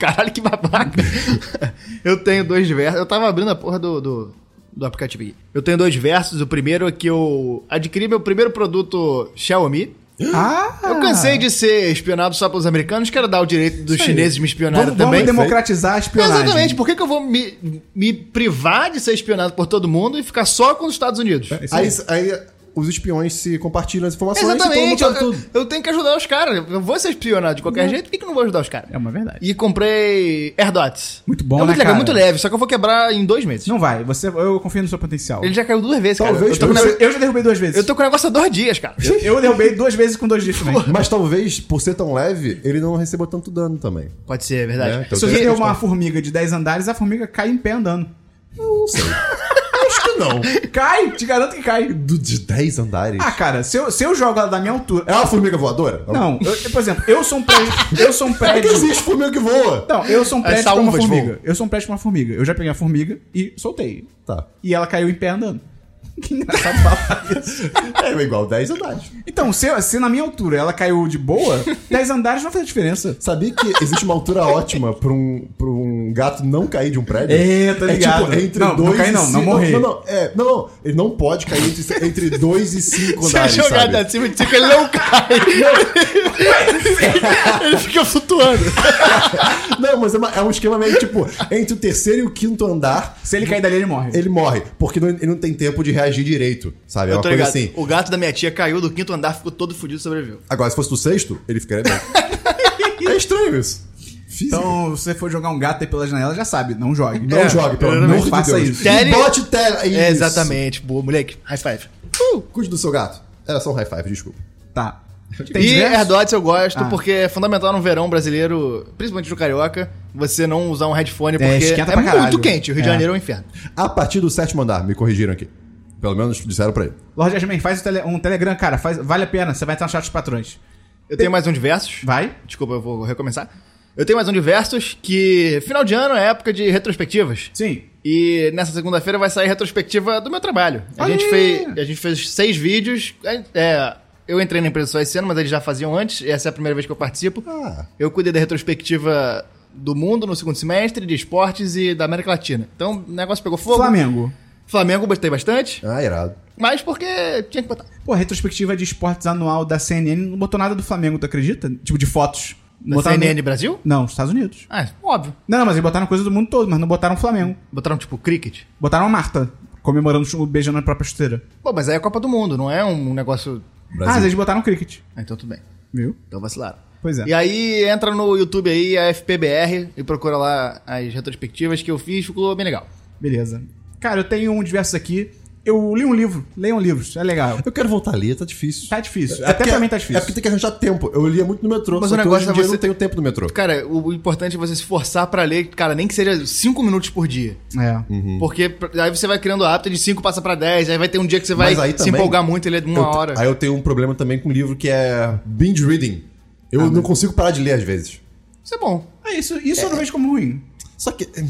Caralho, que babaca. eu tenho dois versos. Eu tava abrindo a porra do, do, do aplicativo aqui. Eu tenho dois versos. O primeiro é que eu adquiri meu primeiro produto Xiaomi. Ah! Eu cansei de ser espionado só pelos americanos. Quero dar o direito dos chineses de me espionarem Vamos, também. vamos democratizar a espionagem. Exatamente. Por que, que eu vou me, me privar de ser espionado por todo mundo e ficar só com os Estados Unidos? Isso aí, aí os espiões se compartilham as informações Exatamente. e Eu, todo mundo sabe tudo. eu- eu tenho que ajudar os caras. Eu vou ser espionado de qualquer jeito. Por que, que eu não vou ajudar os caras? É uma verdade. E comprei AirDots. Muito bom, é muito né, legal, cara? muito leve. Só que eu vou quebrar em dois meses. Não vai, você, eu confio no seu potencial. Ele já caiu duas vezes, cara. Talvez eu, tô com o você- Eu, negócio- eu já derrubei duas vezes. eu tô com o negócio há dois dias, cara. Eu- eu derrubei duas vezes com dois dias também. Mas talvez, por ser tão leve, ele não recebeu tanto dano também. Pode ser, é verdade. É, então Se tem você essa tem questão. uma formiga de 10 andares, a formiga cai em pé andando. Acho Ah, que não. Cai! Te garanto que cai. Do- de 10 andares. Ah, cara, se eu, se eu jogo ela da minha altura. É uma formiga voadora? Não, eu- por exemplo, eu sou um prédio. Eu sou um É que prédio. existe formiga que voa. Não, eu sou um prédio Essa pra uma uva de formiga. voo. Eu sou um prédio pra uma formiga. Eu já peguei a formiga e soltei. Tá. E ela caiu em pé andando. Que engraçado falar isso. É igual 10 andares. Então, se, se na minha altura ela caiu de boa, 10 andares não faz diferença. Sabia que existe uma altura ótima pra um, pra um gato não cair de um prédio? É, tá ligado. tipo entre Não, não dois cair e não, não cinco- morrer. Não, não, é, não, não, ele não pode cair entre, entre dois e cinco Se a andares, jogada sabe? acima de 5, ele não cai. ele fica É flutuando. Não, mas é, uma- é um esquema meio tipo, entre o terceiro e o quinto andar, Se ele cair dali, ele morre. ele morre, porque não- ele não tem tempo de reagir direito, sabe? É Eu uma tô coisa ligado. assim. O gato da minha tia caiu do quinto andar, ficou todo fudido e sobreviveu. Agora, se fosse do sexto, ele ficaria bem. é estranho isso. Física. Então, é, se você for jogar um gato aí pela janela, já sabe, não É, jogue. não jogue, pelo não amor de faça Deus. isso. Tele- E bote tela. Isso. É, exatamente. Boa, moleque. High five. Uh, cuide do seu gato. Era só um high five, desculpa. Tá. e diversos? AirDots eu gosto, Ah. porque é fundamental no verão brasileiro, principalmente no carioca, você não usar um headphone, porque esquenta é pra muito caralho. quente. O Rio de É. Janeiro é um inferno. A partir do sétimo andar, me corrigiram aqui. Pelo menos disseram pra ele. Lorde Asman, faz um, tele- um Telegram, cara. Faz, vale a pena, você vai entrar no chat dos patrões. Eu tenho mais um diversos. Vai? Desculpa, eu vou recomeçar. Eu tenho mais um diversos que final de ano é época de retrospectivas. Sim. E nessa segunda-feira vai sair retrospectiva do meu trabalho. A Olha gente, aí! fez, a gente fez seis vídeos. É, é, eu entrei na empresa só esse ano, mas eles já faziam antes. e Essa é a primeira vez que eu participo. Ah. Eu cuidei da retrospectiva do mundo no segundo semestre, de esportes e da América Latina. Então o negócio pegou fogo. Flamengo. Flamengo gostei bastante, Ah, irado. mas porque tinha que botar. Pô, a retrospectiva de esportes anual da CNN não botou nada do Flamengo, tu acredita? Tipo, de fotos. Na Botaram- CNN Brasil? Não, Estados Unidos. Ah, óbvio. Não, não, mas eles botaram coisa do mundo todo, mas não botaram o Flamengo. Botaram tipo cricket. Botaram a Marta, comemorando, chu- beijando a própria chuteira. Pô, mas aí é a Copa do Mundo, não é um negócio. Ah, mas Brasil. eles botaram o cricket. Ah, então tudo bem. Viu? Então vacilaram. Pois é. E aí entra no YouTube aí a FPBR e procura lá as retrospectivas que eu fiz, ficou bem legal. Beleza. Cara, eu tenho um diverso aqui. Eu li um livro. Leiam livros, é legal. Eu quero voltar ali, tá difícil. Tá difícil. É Até porque- pra mim tá É difícil. porque tem que arranjar tempo. Eu lia muito no metrô, Mas só o que negócio hoje em é dia eu você- não tenho tempo no metrô. Cara, o, o importante é você se forçar pra ler, cara, nem que seja 5 minutos por dia. É. Uhum. Porque pr- aí você vai criando o hábito de 5 passa pra 10, aí vai ter um dia que você vai Mas aí se também- empolgar muito, ele é de uma Eu- hora. Aí eu tenho um problema também com livro que é binge reading. Eu não consigo parar de ler às vezes. Isso é bom. Ah, isso isso É. eu não vejo como ruim. Só que. hum,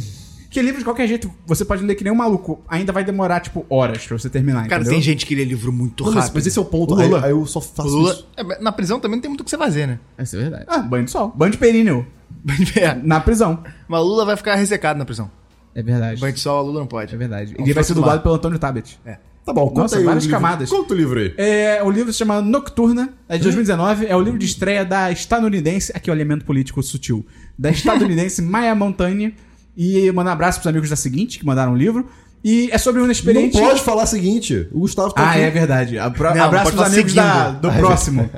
Que livro de qualquer jeito você pode ler que nem um maluco. Ainda vai demorar, tipo, horas pra você terminar. Cara, entendeu? tem gente que lê livro muito Não, mas, rápido. mas esse é o ponto. O Lula- Aí, aí eu só faço isso. Lula... É, mas na prisão também não tem muito o que você fazer, né? Essa é verdade. Ah, banho de sol. Banho de períneo. é, Na prisão. mas Lula vai ficar ressecado na prisão. É verdade. Banho de sol, a Lula não pode. É verdade. Ele Não vai faz ser tomar. dublado pelo Antônio Tabet. Tá bom, conta Nossa, aí. o várias livro. camadas. Conta o livro aí. É, o livro se chama Nocturna, é de 2019, é o livro de estreia da estadunidense, aqui é o elemento político sutil, da estadunidense Maya Montagne, e mandar um abraço pros amigos da seguinte, que mandaram o livro, e é sobre um Não inexperiente... pode falar o seguinte. O Gustavo tá Ah, aqui. é verdade. Abra Não, abraço pode pros falar amigos seguindo. da- do Ah, é próximo.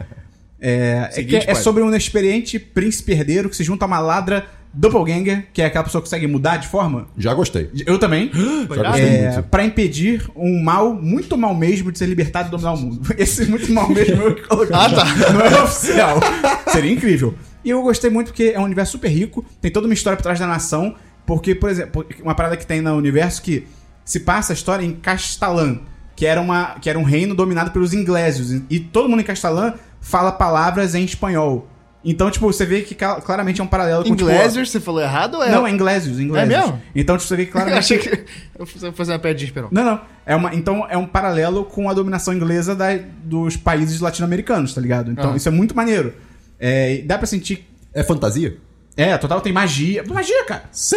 É, é Seguinte, que é pode. sobre um inexperiente príncipe herdeiro que se junta a uma ladra doppelganger, que é aquela pessoa que consegue mudar de forma. Já gostei. Eu também. Já Ah, gostei É, muito. para impedir um mal, muito mal mesmo, de ser libertado e dominar o mundo. Esse muito mal mesmo eu que coloquei. Ah, tá. Não é oficial. Seria incrível. E eu gostei muito porque é um universo super rico, tem toda uma história por trás da nação, porque, por exemplo, uma parada que tem no universo que se passa a história em Castalã, que era, uma, que era um reino dominado pelos ingleses, e todo mundo em Castalã fala palavras em espanhol. Então, tipo, você vê que ca- claramente é um paralelo com, tipo... Inglésios, você falou errado ou é? Não, é ingleses, ingleses. mesmo? Então, tipo, você vê que Eu claramente... achei que eu fui fazer uma piadinha, Esperão. Não, não. É uma, então é um paralelo com a dominação inglesa da- dos países latino-americanos, tá ligado? Então Ah. Aham. isso é muito maneiro. É, e dá pra sentir. É fantasia? É, total tem magia. Magia, cara! Sim!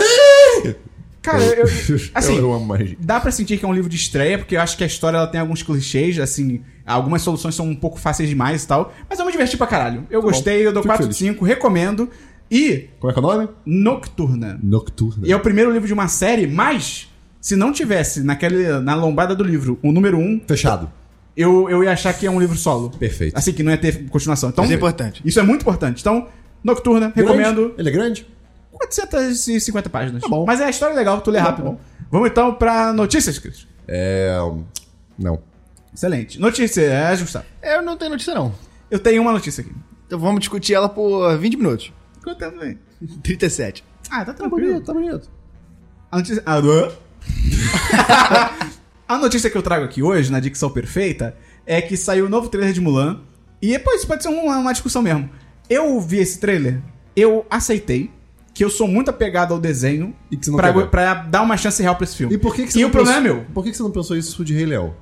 Cara, eu. eu- assim, eu, eu amo magia. dá pra sentir que é um livro de estreia, porque eu acho que a história ela tem alguns clichês, assim, algumas soluções são um pouco fáceis demais e tal. Mas eu me diverti pra caralho. Eu gostei, eu dou Tá Fico 4 de feliz. 5, recomendo. E Como é que é o nome? Nocturna. Nocturna. E é o primeiro livro de uma série, mas se não tivesse naquele, na lombada do livro o número 1, um, Fechado. eu, eu ia achar que é um livro solo. Perfeito. Assim, que não ia ter continuação. Então, Mas é importante. Isso é muito importante. Então, Nocturna, Grande? recomendo. Ele é grande? 450 páginas. bom. Mas é a história legal, tu lê rápido. Vamos então pra notícias, Cris. É. um, Não. Excelente. Notícia, é, Gustavo. Eu não tenho notícia, não. Eu tenho uma notícia aqui. Então vamos discutir ela por 20 minutos. Quanto tempo vem? 37. Ah, tá tranquilo. Bonito, tá bonito. A notícia. Ah, blá. a notícia que eu trago aqui hoje, na dicção perfeita, é que saiu o novo trailer de Mulan. E pô, isso pode ser um- uma, uma discussão mesmo. Eu vi esse trailer, eu aceitei que eu sou muito apegado ao desenho E que você não pra, quer ver. pra dar uma chance real pra esse filme. E por que, que você E não o problema pensou- é meu. Por que, que você não pensou isso de Rei Leão?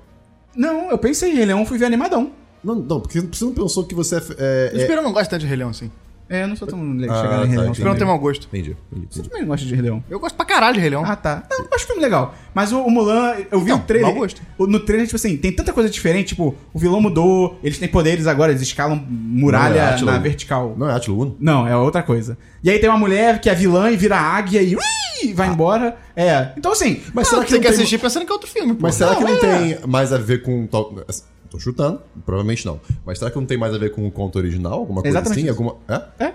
Não, eu pensei, Rei Leão, fui ver animadão. Não, não, porque você não pensou que você é. é- O é- Esperão não gosta tanto de Rei Leão, assim. É, eu não sou tão le- chegado Ah, em Rei tá, Leão. entendi. O Esperão também. tem mau gosto. Entendi, entendi, Você entendi. também gosta de Rei Leão. Eu gosto pra caralho de Rei Leão. Ah, tá. Não, eu acho filme legal. Mas o, o Mulan, eu vi Então, o trailer. mau gosto. o- No trailer, tipo assim, tem tanta coisa diferente. Tipo, o vilão mudou, eles têm poderes agora, eles escalam Não é muralha Átila. na vertical. Não é Atila 1? Não, é outra coisa. E aí tem uma mulher que é vilã e vira águia e ui, Ah. vai embora. É. Então, assim. Mas será que tem não tem... que Ah, um- assistir pensando que é outro filme, pô. Mas será que Não, não é. tem mais a ver com... tal- assim, Tô chutando, provavelmente não. Mas será que não tem mais a ver com o conto original? Alguma coisa Exatamente assim? isso. Alguma... É? É,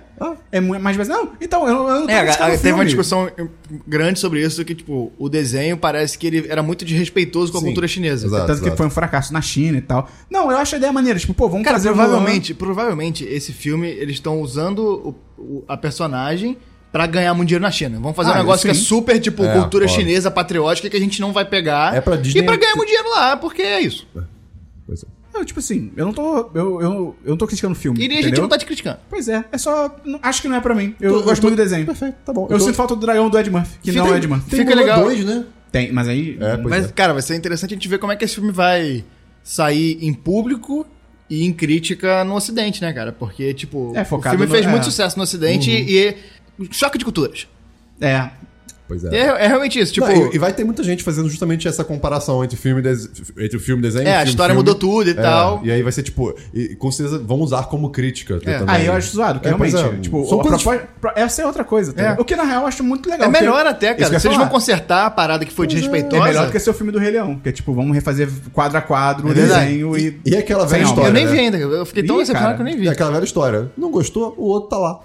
é mu- mais vezes. Não, então, eu, eu não Ah. É, a- a- criticando o teve uma um filme. discussão eh, grande sobre isso, que, tipo, o desenho parece que ele era muito desrespeitoso com a Sim, cultura chinesa. exato. Tanto que foi um fracasso na China e tal. Não, eu acho a ideia maneira. Tipo, pô, vamos Cara, fazer o provavelmente, provavelmente esse filme eles estão usando o- o- a personagem pra ganhar muito dinheiro na China. Vamos fazer Ah, um negócio que é sim. super tipo É, cultura claro. chinesa patriótica que a gente não vai pegar É pra Disney- e pra ganhar muito dinheiro lá, porque é isso. Pois é. Não, tipo assim, eu não tô. Eu, eu, eu não tô criticando o filme. E a gente entendeu? não tá te criticando. Pois é, é só. não- Acho que não é pra mim. Eu, Tô- gosto tô- muito do desenho. Perfeito, tá bom. Eu, sinto falta do dragão do Ed Murphy, que não é o Ed Murphy. tem- Fica Fica legal. legal. Dois, né? Tem, mas aí. É, pois Mas, é. cara, vai ser interessante a gente ver como é que esse filme vai sair em público e em crítica no Ocidente, né, cara? Porque, tipo, É, o focado filme no- fez é. muito sucesso no Ocidente Uhum. e é choque de culturas. É. Pois É, é. é realmente isso, tipo... Não, e, e vai ter muita gente fazendo justamente essa comparação entre, filme e des- entre o filme e desenho. É, a filme, história filme. mudou tudo e É, tal. E aí vai ser tipo, e, com certeza vão usar como crítica É. também. Aí Ah, eu acho zoado, que É, pois realmente. é, Tipo, são a coisas- proposta- pro- essa é outra coisa. tá É. ligado? O que na real eu acho muito legal. É porque- melhor até, Isso que eu cara. ia Se eles falar. vão consertar a parada que foi É desrespeitosa. melhor do que ser o filme do Rei Leão, que é tipo, vamos refazer quadro a quadro, É verdade. desenho e. E aquela velha Sem história. Eu nem né? vi ainda. Eu fiquei tão Ih, cara. decepcionado que eu nem E vi. aquela velha história. Não gostou, o outro tá lá.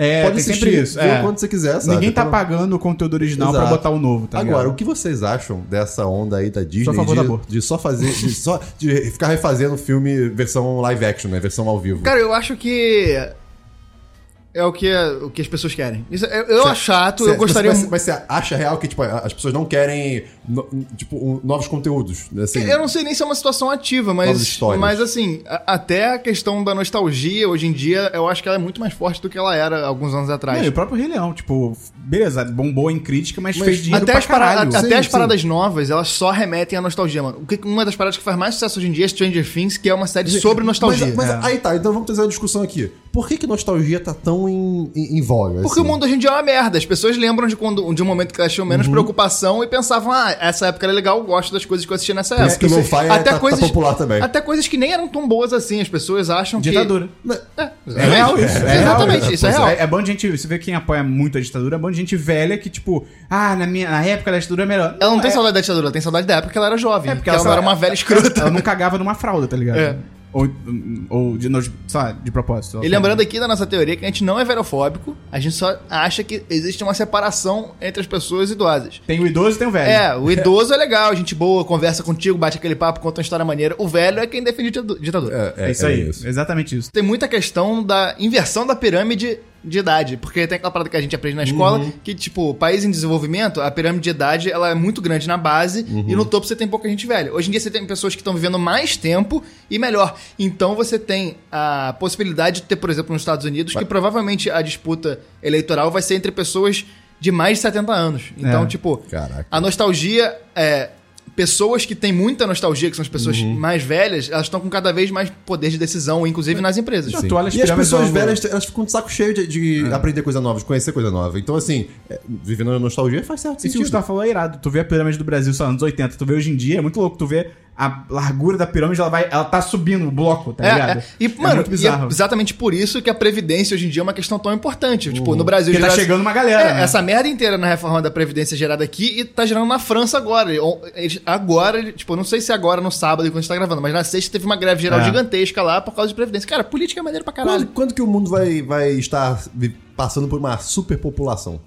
É, tem sempre isso. vê é. quando você quiser, sabe? Ninguém tá Então, pagando o conteúdo original pra Exato. botar o novo, tá Agora, ligado? o que vocês acham dessa onda aí da Disney a favor do de, aborto. de só fazer, de só de ficar refazendo filme versão live action, né? Versão ao vivo. Cara, eu acho que. É o que, o que as pessoas querem. Isso, eu eu acho chato, Cê- eu gostaria. Mas, mu- mas você acha real que tipo, as pessoas não querem no- tipo, um- novos conteúdos? né, Assim, Eu não sei nem se é uma situação ativa, Novas mas. histórias. Mas assim, a- até a questão da nostalgia hoje em dia, eu acho que ela é muito mais forte do que ela era alguns anos atrás. Não, e o próprio Rei Leão, tipo, beleza, bombou em crítica, mas, Mas fez dinheiro Até pra as, para- caralho. a- até Sim, as sim. paradas novas, elas só remetem à nostalgia, mano. O que- Uma das paradas que faz mais sucesso hoje em dia é Stranger Things, que é uma série sobre nostalgia. Mas, mas É. aí tá, então vamos trazer uma discussão aqui. Por que, que nostalgia tá tão em, em, em voga? assim? Porque o mundo hoje em dia é uma merda. As pessoas lembram de quando de um momento que elas tinham Uhum. menos preocupação e pensavam, ah, essa época era legal, eu gosto das coisas que eu assisti nessa Por época. isso que o lo-fi é- tá- tá popular também. Até coisas que nem eram tão boas assim, as pessoas acham Ditadura. que... É, É real isso. é real, exatamente, né? isso é Pois real. É, bom de gente. Você vê quem apoia muito a ditadura, é bom de gente velha que, tipo, ah, na, minha, na época da ditadura é melhor. Ela não tem é, saudade da ditadura, ela tem saudade da época que ela era jovem. É, porque ela, era uma velha escrota. Ela não cagava numa fralda, tá ligado? É. Ou, ou de, sei lá, de propósito. E lembrando aqui da nossa teoria que a gente não é verofóbico, a gente só acha que existe uma separação entre as pessoas idosas. Tem o idoso e tem o velho. É, o idoso é legal, gente boa, conversa contigo, bate aquele papo, conta uma história maneira. O velho é quem defende ditadu- ditadura. É, É, isso aí. Exatamente isso. tem muita questão da inversão da pirâmide de idade, porque tem aquela parada que a gente aprende na escola, que tipo, país em desenvolvimento, a pirâmide de idade, ela é muito grande na base e no topo você tem pouca gente velha. Hoje em dia você tem pessoas que estão vivendo mais tempo e melhor. Então você tem a possibilidade de ter, por exemplo, nos Estados Unidos, que provavelmente a disputa eleitoral vai ser entre pessoas de mais de 70 anos. Então, É. tipo, Caraca. a nostalgia é pessoas que têm muita nostalgia, que são as pessoas Uhum. mais velhas, elas estão com cada vez mais poder de decisão, inclusive nas empresas. Tu olha as E pirâmides as É. pessoas do- velhas, elas ficam de saco cheio de, de aprender coisa nova, de conhecer coisa nova. Então, assim, é, vivendo na nostalgia faz certo Isso que o sentido. Gustavo falou é irado. Tu vê a pirâmide do Brasil, sei lá, anos 80, tu vê hoje em dia, é muito louco. Tu vê a largura da pirâmide, ela, vai, ela tá subindo o bloco, tá É, ligado? é. E, mano, muito e é bizarro. exatamente por isso que a Previdência hoje em dia é uma questão tão importante. Tipo, no Brasil... Porque tá gera- chegando uma galera, É, né? Essa merda inteira na reforma da Previdência é gerada aqui e tá gerando na França agora. Eles- Agora, ele- tipo, eu não sei se agora no sábado, quando a gente tá gravando, mas na sexta teve uma greve geral É. gigantesca lá por causa de Previdência. Cara, política é maneiro pra caralho. Quando, quando que o mundo vai, vai estar vi- passando por uma superpopulação?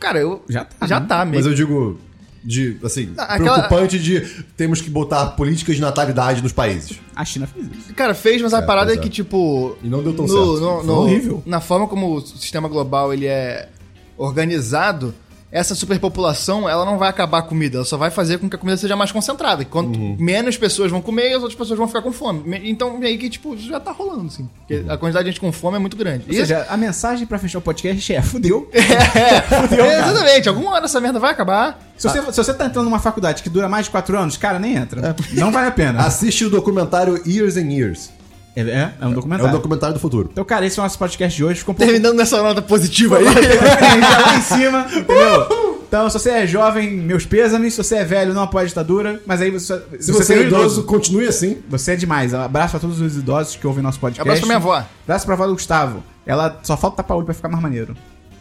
Cara, eu... Já tá, Já né? tá mesmo. Mas eu digo, de, assim, Ah, aquela- preocupante de temos que botar políticas de natalidade nos países. A China fez isso. Cara, fez, mas a É, parada pois é é. que, tipo. E não deu tão certo. No, Foi horrível. Na forma como o sistema global ele é organizado, essa superpopulação, ela não vai acabar a comida, ela só vai fazer com que a comida seja mais concentrada. Quanto Uhum. menos pessoas vão comer, as outras pessoas vão ficar com fome. Me- Então, meio que, tipo, já tá rolando, assim. Porque Uhum. a quantidade de gente com fome é muito grande. Ou seja, a mensagem pra fechar o podcast é: fudeu. É, exatamente, alguma hora essa merda vai acabar. Se você, se você tá entrando numa faculdade que dura mais de quatro anos, cara, nem entra. Não vale a pena. Assiste o documentário Years and Years. É, é, é um É o documentário. documentário do futuro. Então, cara, esse é o nosso podcast de hoje. Ficou um pouco Terminando nessa nota positiva aí. já lá em cima, entendeu? Então, se você é jovem, meus pêsames. Se você é velho, não apoia a ditadura. Mas aí você. um Se você, é idoso, continue assim. Você é demais. Abraço a todos os idosos que ouvem nosso podcast. Abraço pra minha avó. Abraço pra avó do Gustavo. Ela só falta tapar o olho pra ficar mais maneiro.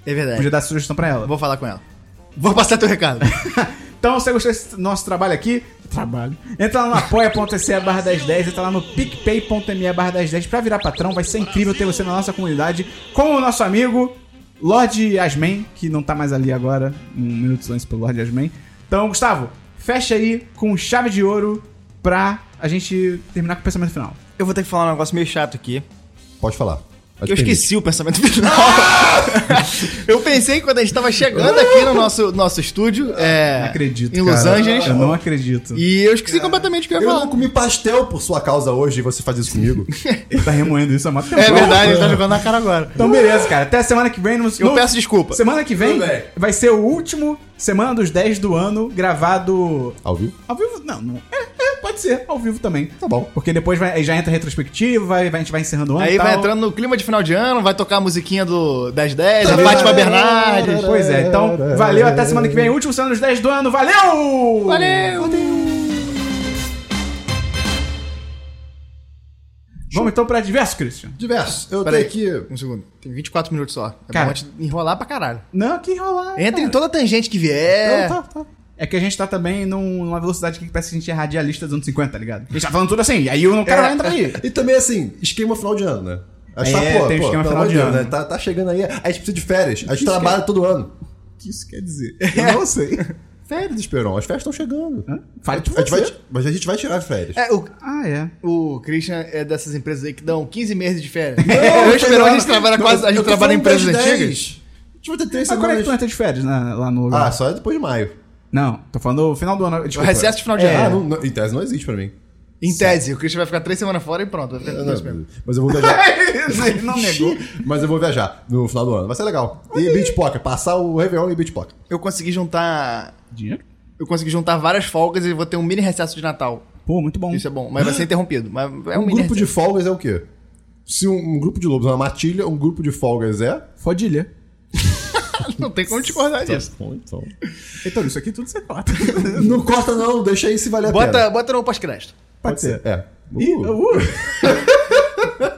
É verdade. Podia dar sugestão pra ela. Vou falar com ela. Vou passar teu recado. Então, se você gostou desse nosso trabalho aqui, trabalho, entra lá no apoia.se barra 1010, entra lá no picpay.me barra 1010 pra virar patrão. Vai ser incrível ter você na nossa comunidade com o nosso amigo Lorde Asmen, que não tá mais ali agora. Um minuto de silêncio pelo Lorde Asmen. Então, Gustavo, fecha aí com chave de ouro pra a gente terminar com o pensamento final. Eu vou ter que falar um negócio meio chato aqui. Pode falar. Eu esqueci o pensamento final. Eu pensei que quando a gente tava chegando aqui no nosso, nosso estúdio, é, Não acredito. em Los cara. Angeles, Eu não acredito. e eu esqueci completamente o é que eu ia Eu não falar. comi pastel por sua causa hoje e você faz isso comigo. Ele tá remoendo isso há muito tempo. É verdade, ele tá jogando na cara agora. Então, beleza, cara. Até semana que vem. Nos, Eu no- peço desculpa. Semana que vem vai ser o último Semana dos 10 do ano gravado. Ao vivo? Ao vivo? Não, não. É, é, pode ser, ao vivo também. Tá bom. Porque depois vai- aí já entra retrospectiva, vai, vai- a gente vai um- encerrando o ano. Aí e tal. vai entrando no clima de final de ano, vai tocar a musiquinha do 1010, a Beleza? Fátima Bernardes. Pois é, então valeu, até semana que vem. Último Semana dos 10 do ano, valeu! Valeu! Vamos então pra diverso, Christian. Diverso. Eu Peraí. tenho aqui. Um segundo. Tem 24 minutos só. É Cara. Ah, bom a gente enrolar pra caralho. Não, que enrolar. Entra em toda a tangente que É. vier. Não, tá, tá. É que a gente tá também num- numa velocidade que parece que a gente é radialista dos anos 50, tá ligado? A gente tá falando tudo assim, e aí o É. cara vai entrar aí. E também, assim, esquema final de ano, né? A gente É, tem esquema pelo final amor de ano. né? Tá, tá chegando aí. A gente precisa de férias. A gente trabalha todo ano. O que isso quer dizer? Eu não sei. Férias, Esperon. As férias estão chegando. Fale A gente vai, mas a gente vai tirar férias. É, o, Ah, é. o Christian é dessas empresas aí que dão 15 meses de Não, férias. eu espero, a gente não, trabalha não, quase. A eu gente tô trabalha em falando das empresas antigas. Ah, 10. A gente vai ter três Mas quando é que tu semanas. entra de férias né, lá no lugar? Ah, só é depois de maio. Não, tô falando do final do ano. Tipo, O Desculpa. recesso de final de Ah, ano. não, não, em tese não existe pra mim. Em tese, o Christian vai ficar três semanas fora e pronto. Vai ficar Eu com não- dois mesmo. mas eu vou viajar. Ele não negou. mas eu vou viajar no final do ano. Vai ser legal. E beach poker. Passar o Réveillon e beach poker. Eu consegui juntar. Dinheiro? Eu consegui juntar várias folgas e vou ter um mini recesso de Natal. Pô, muito bom. Isso é bom, mas vai ser interrompido. Mas é um, Um mini grupo de recesso. folgas é o quê? Se um, um grupo de lobos é uma matilha, um grupo de folgas é... Fodilha. Não tem como discordar disso. Então, isso aqui tudo você corta. Não corta não, deixa aí se valer a pena. Bota, bota no pós-crédito. Pode ser. É. Ih, Uh, uh.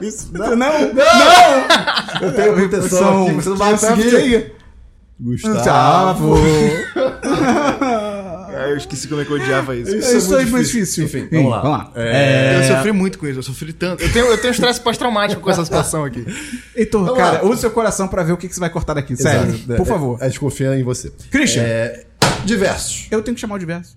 isso, Não, É, não, não! eu tenho proteção um aqui, você não vai conseguir. Gustavo. eu esqueci como é que eu odiava isso. Isso, Isso é é muito mais difícil. difícil. Enfim, vamos lá. É... Eu sofri muito com isso, eu sofri tanto. Eu tenho, eu tenho estresse pós-traumático com essa situação aqui. Heitor, Vamos cara, lá. use seu coração pra ver o que, que você vai cortar daqui. Exato. Sério, por favor. A gente confia em você. Christian. É, diversos. Eu tenho que chamar o diverso.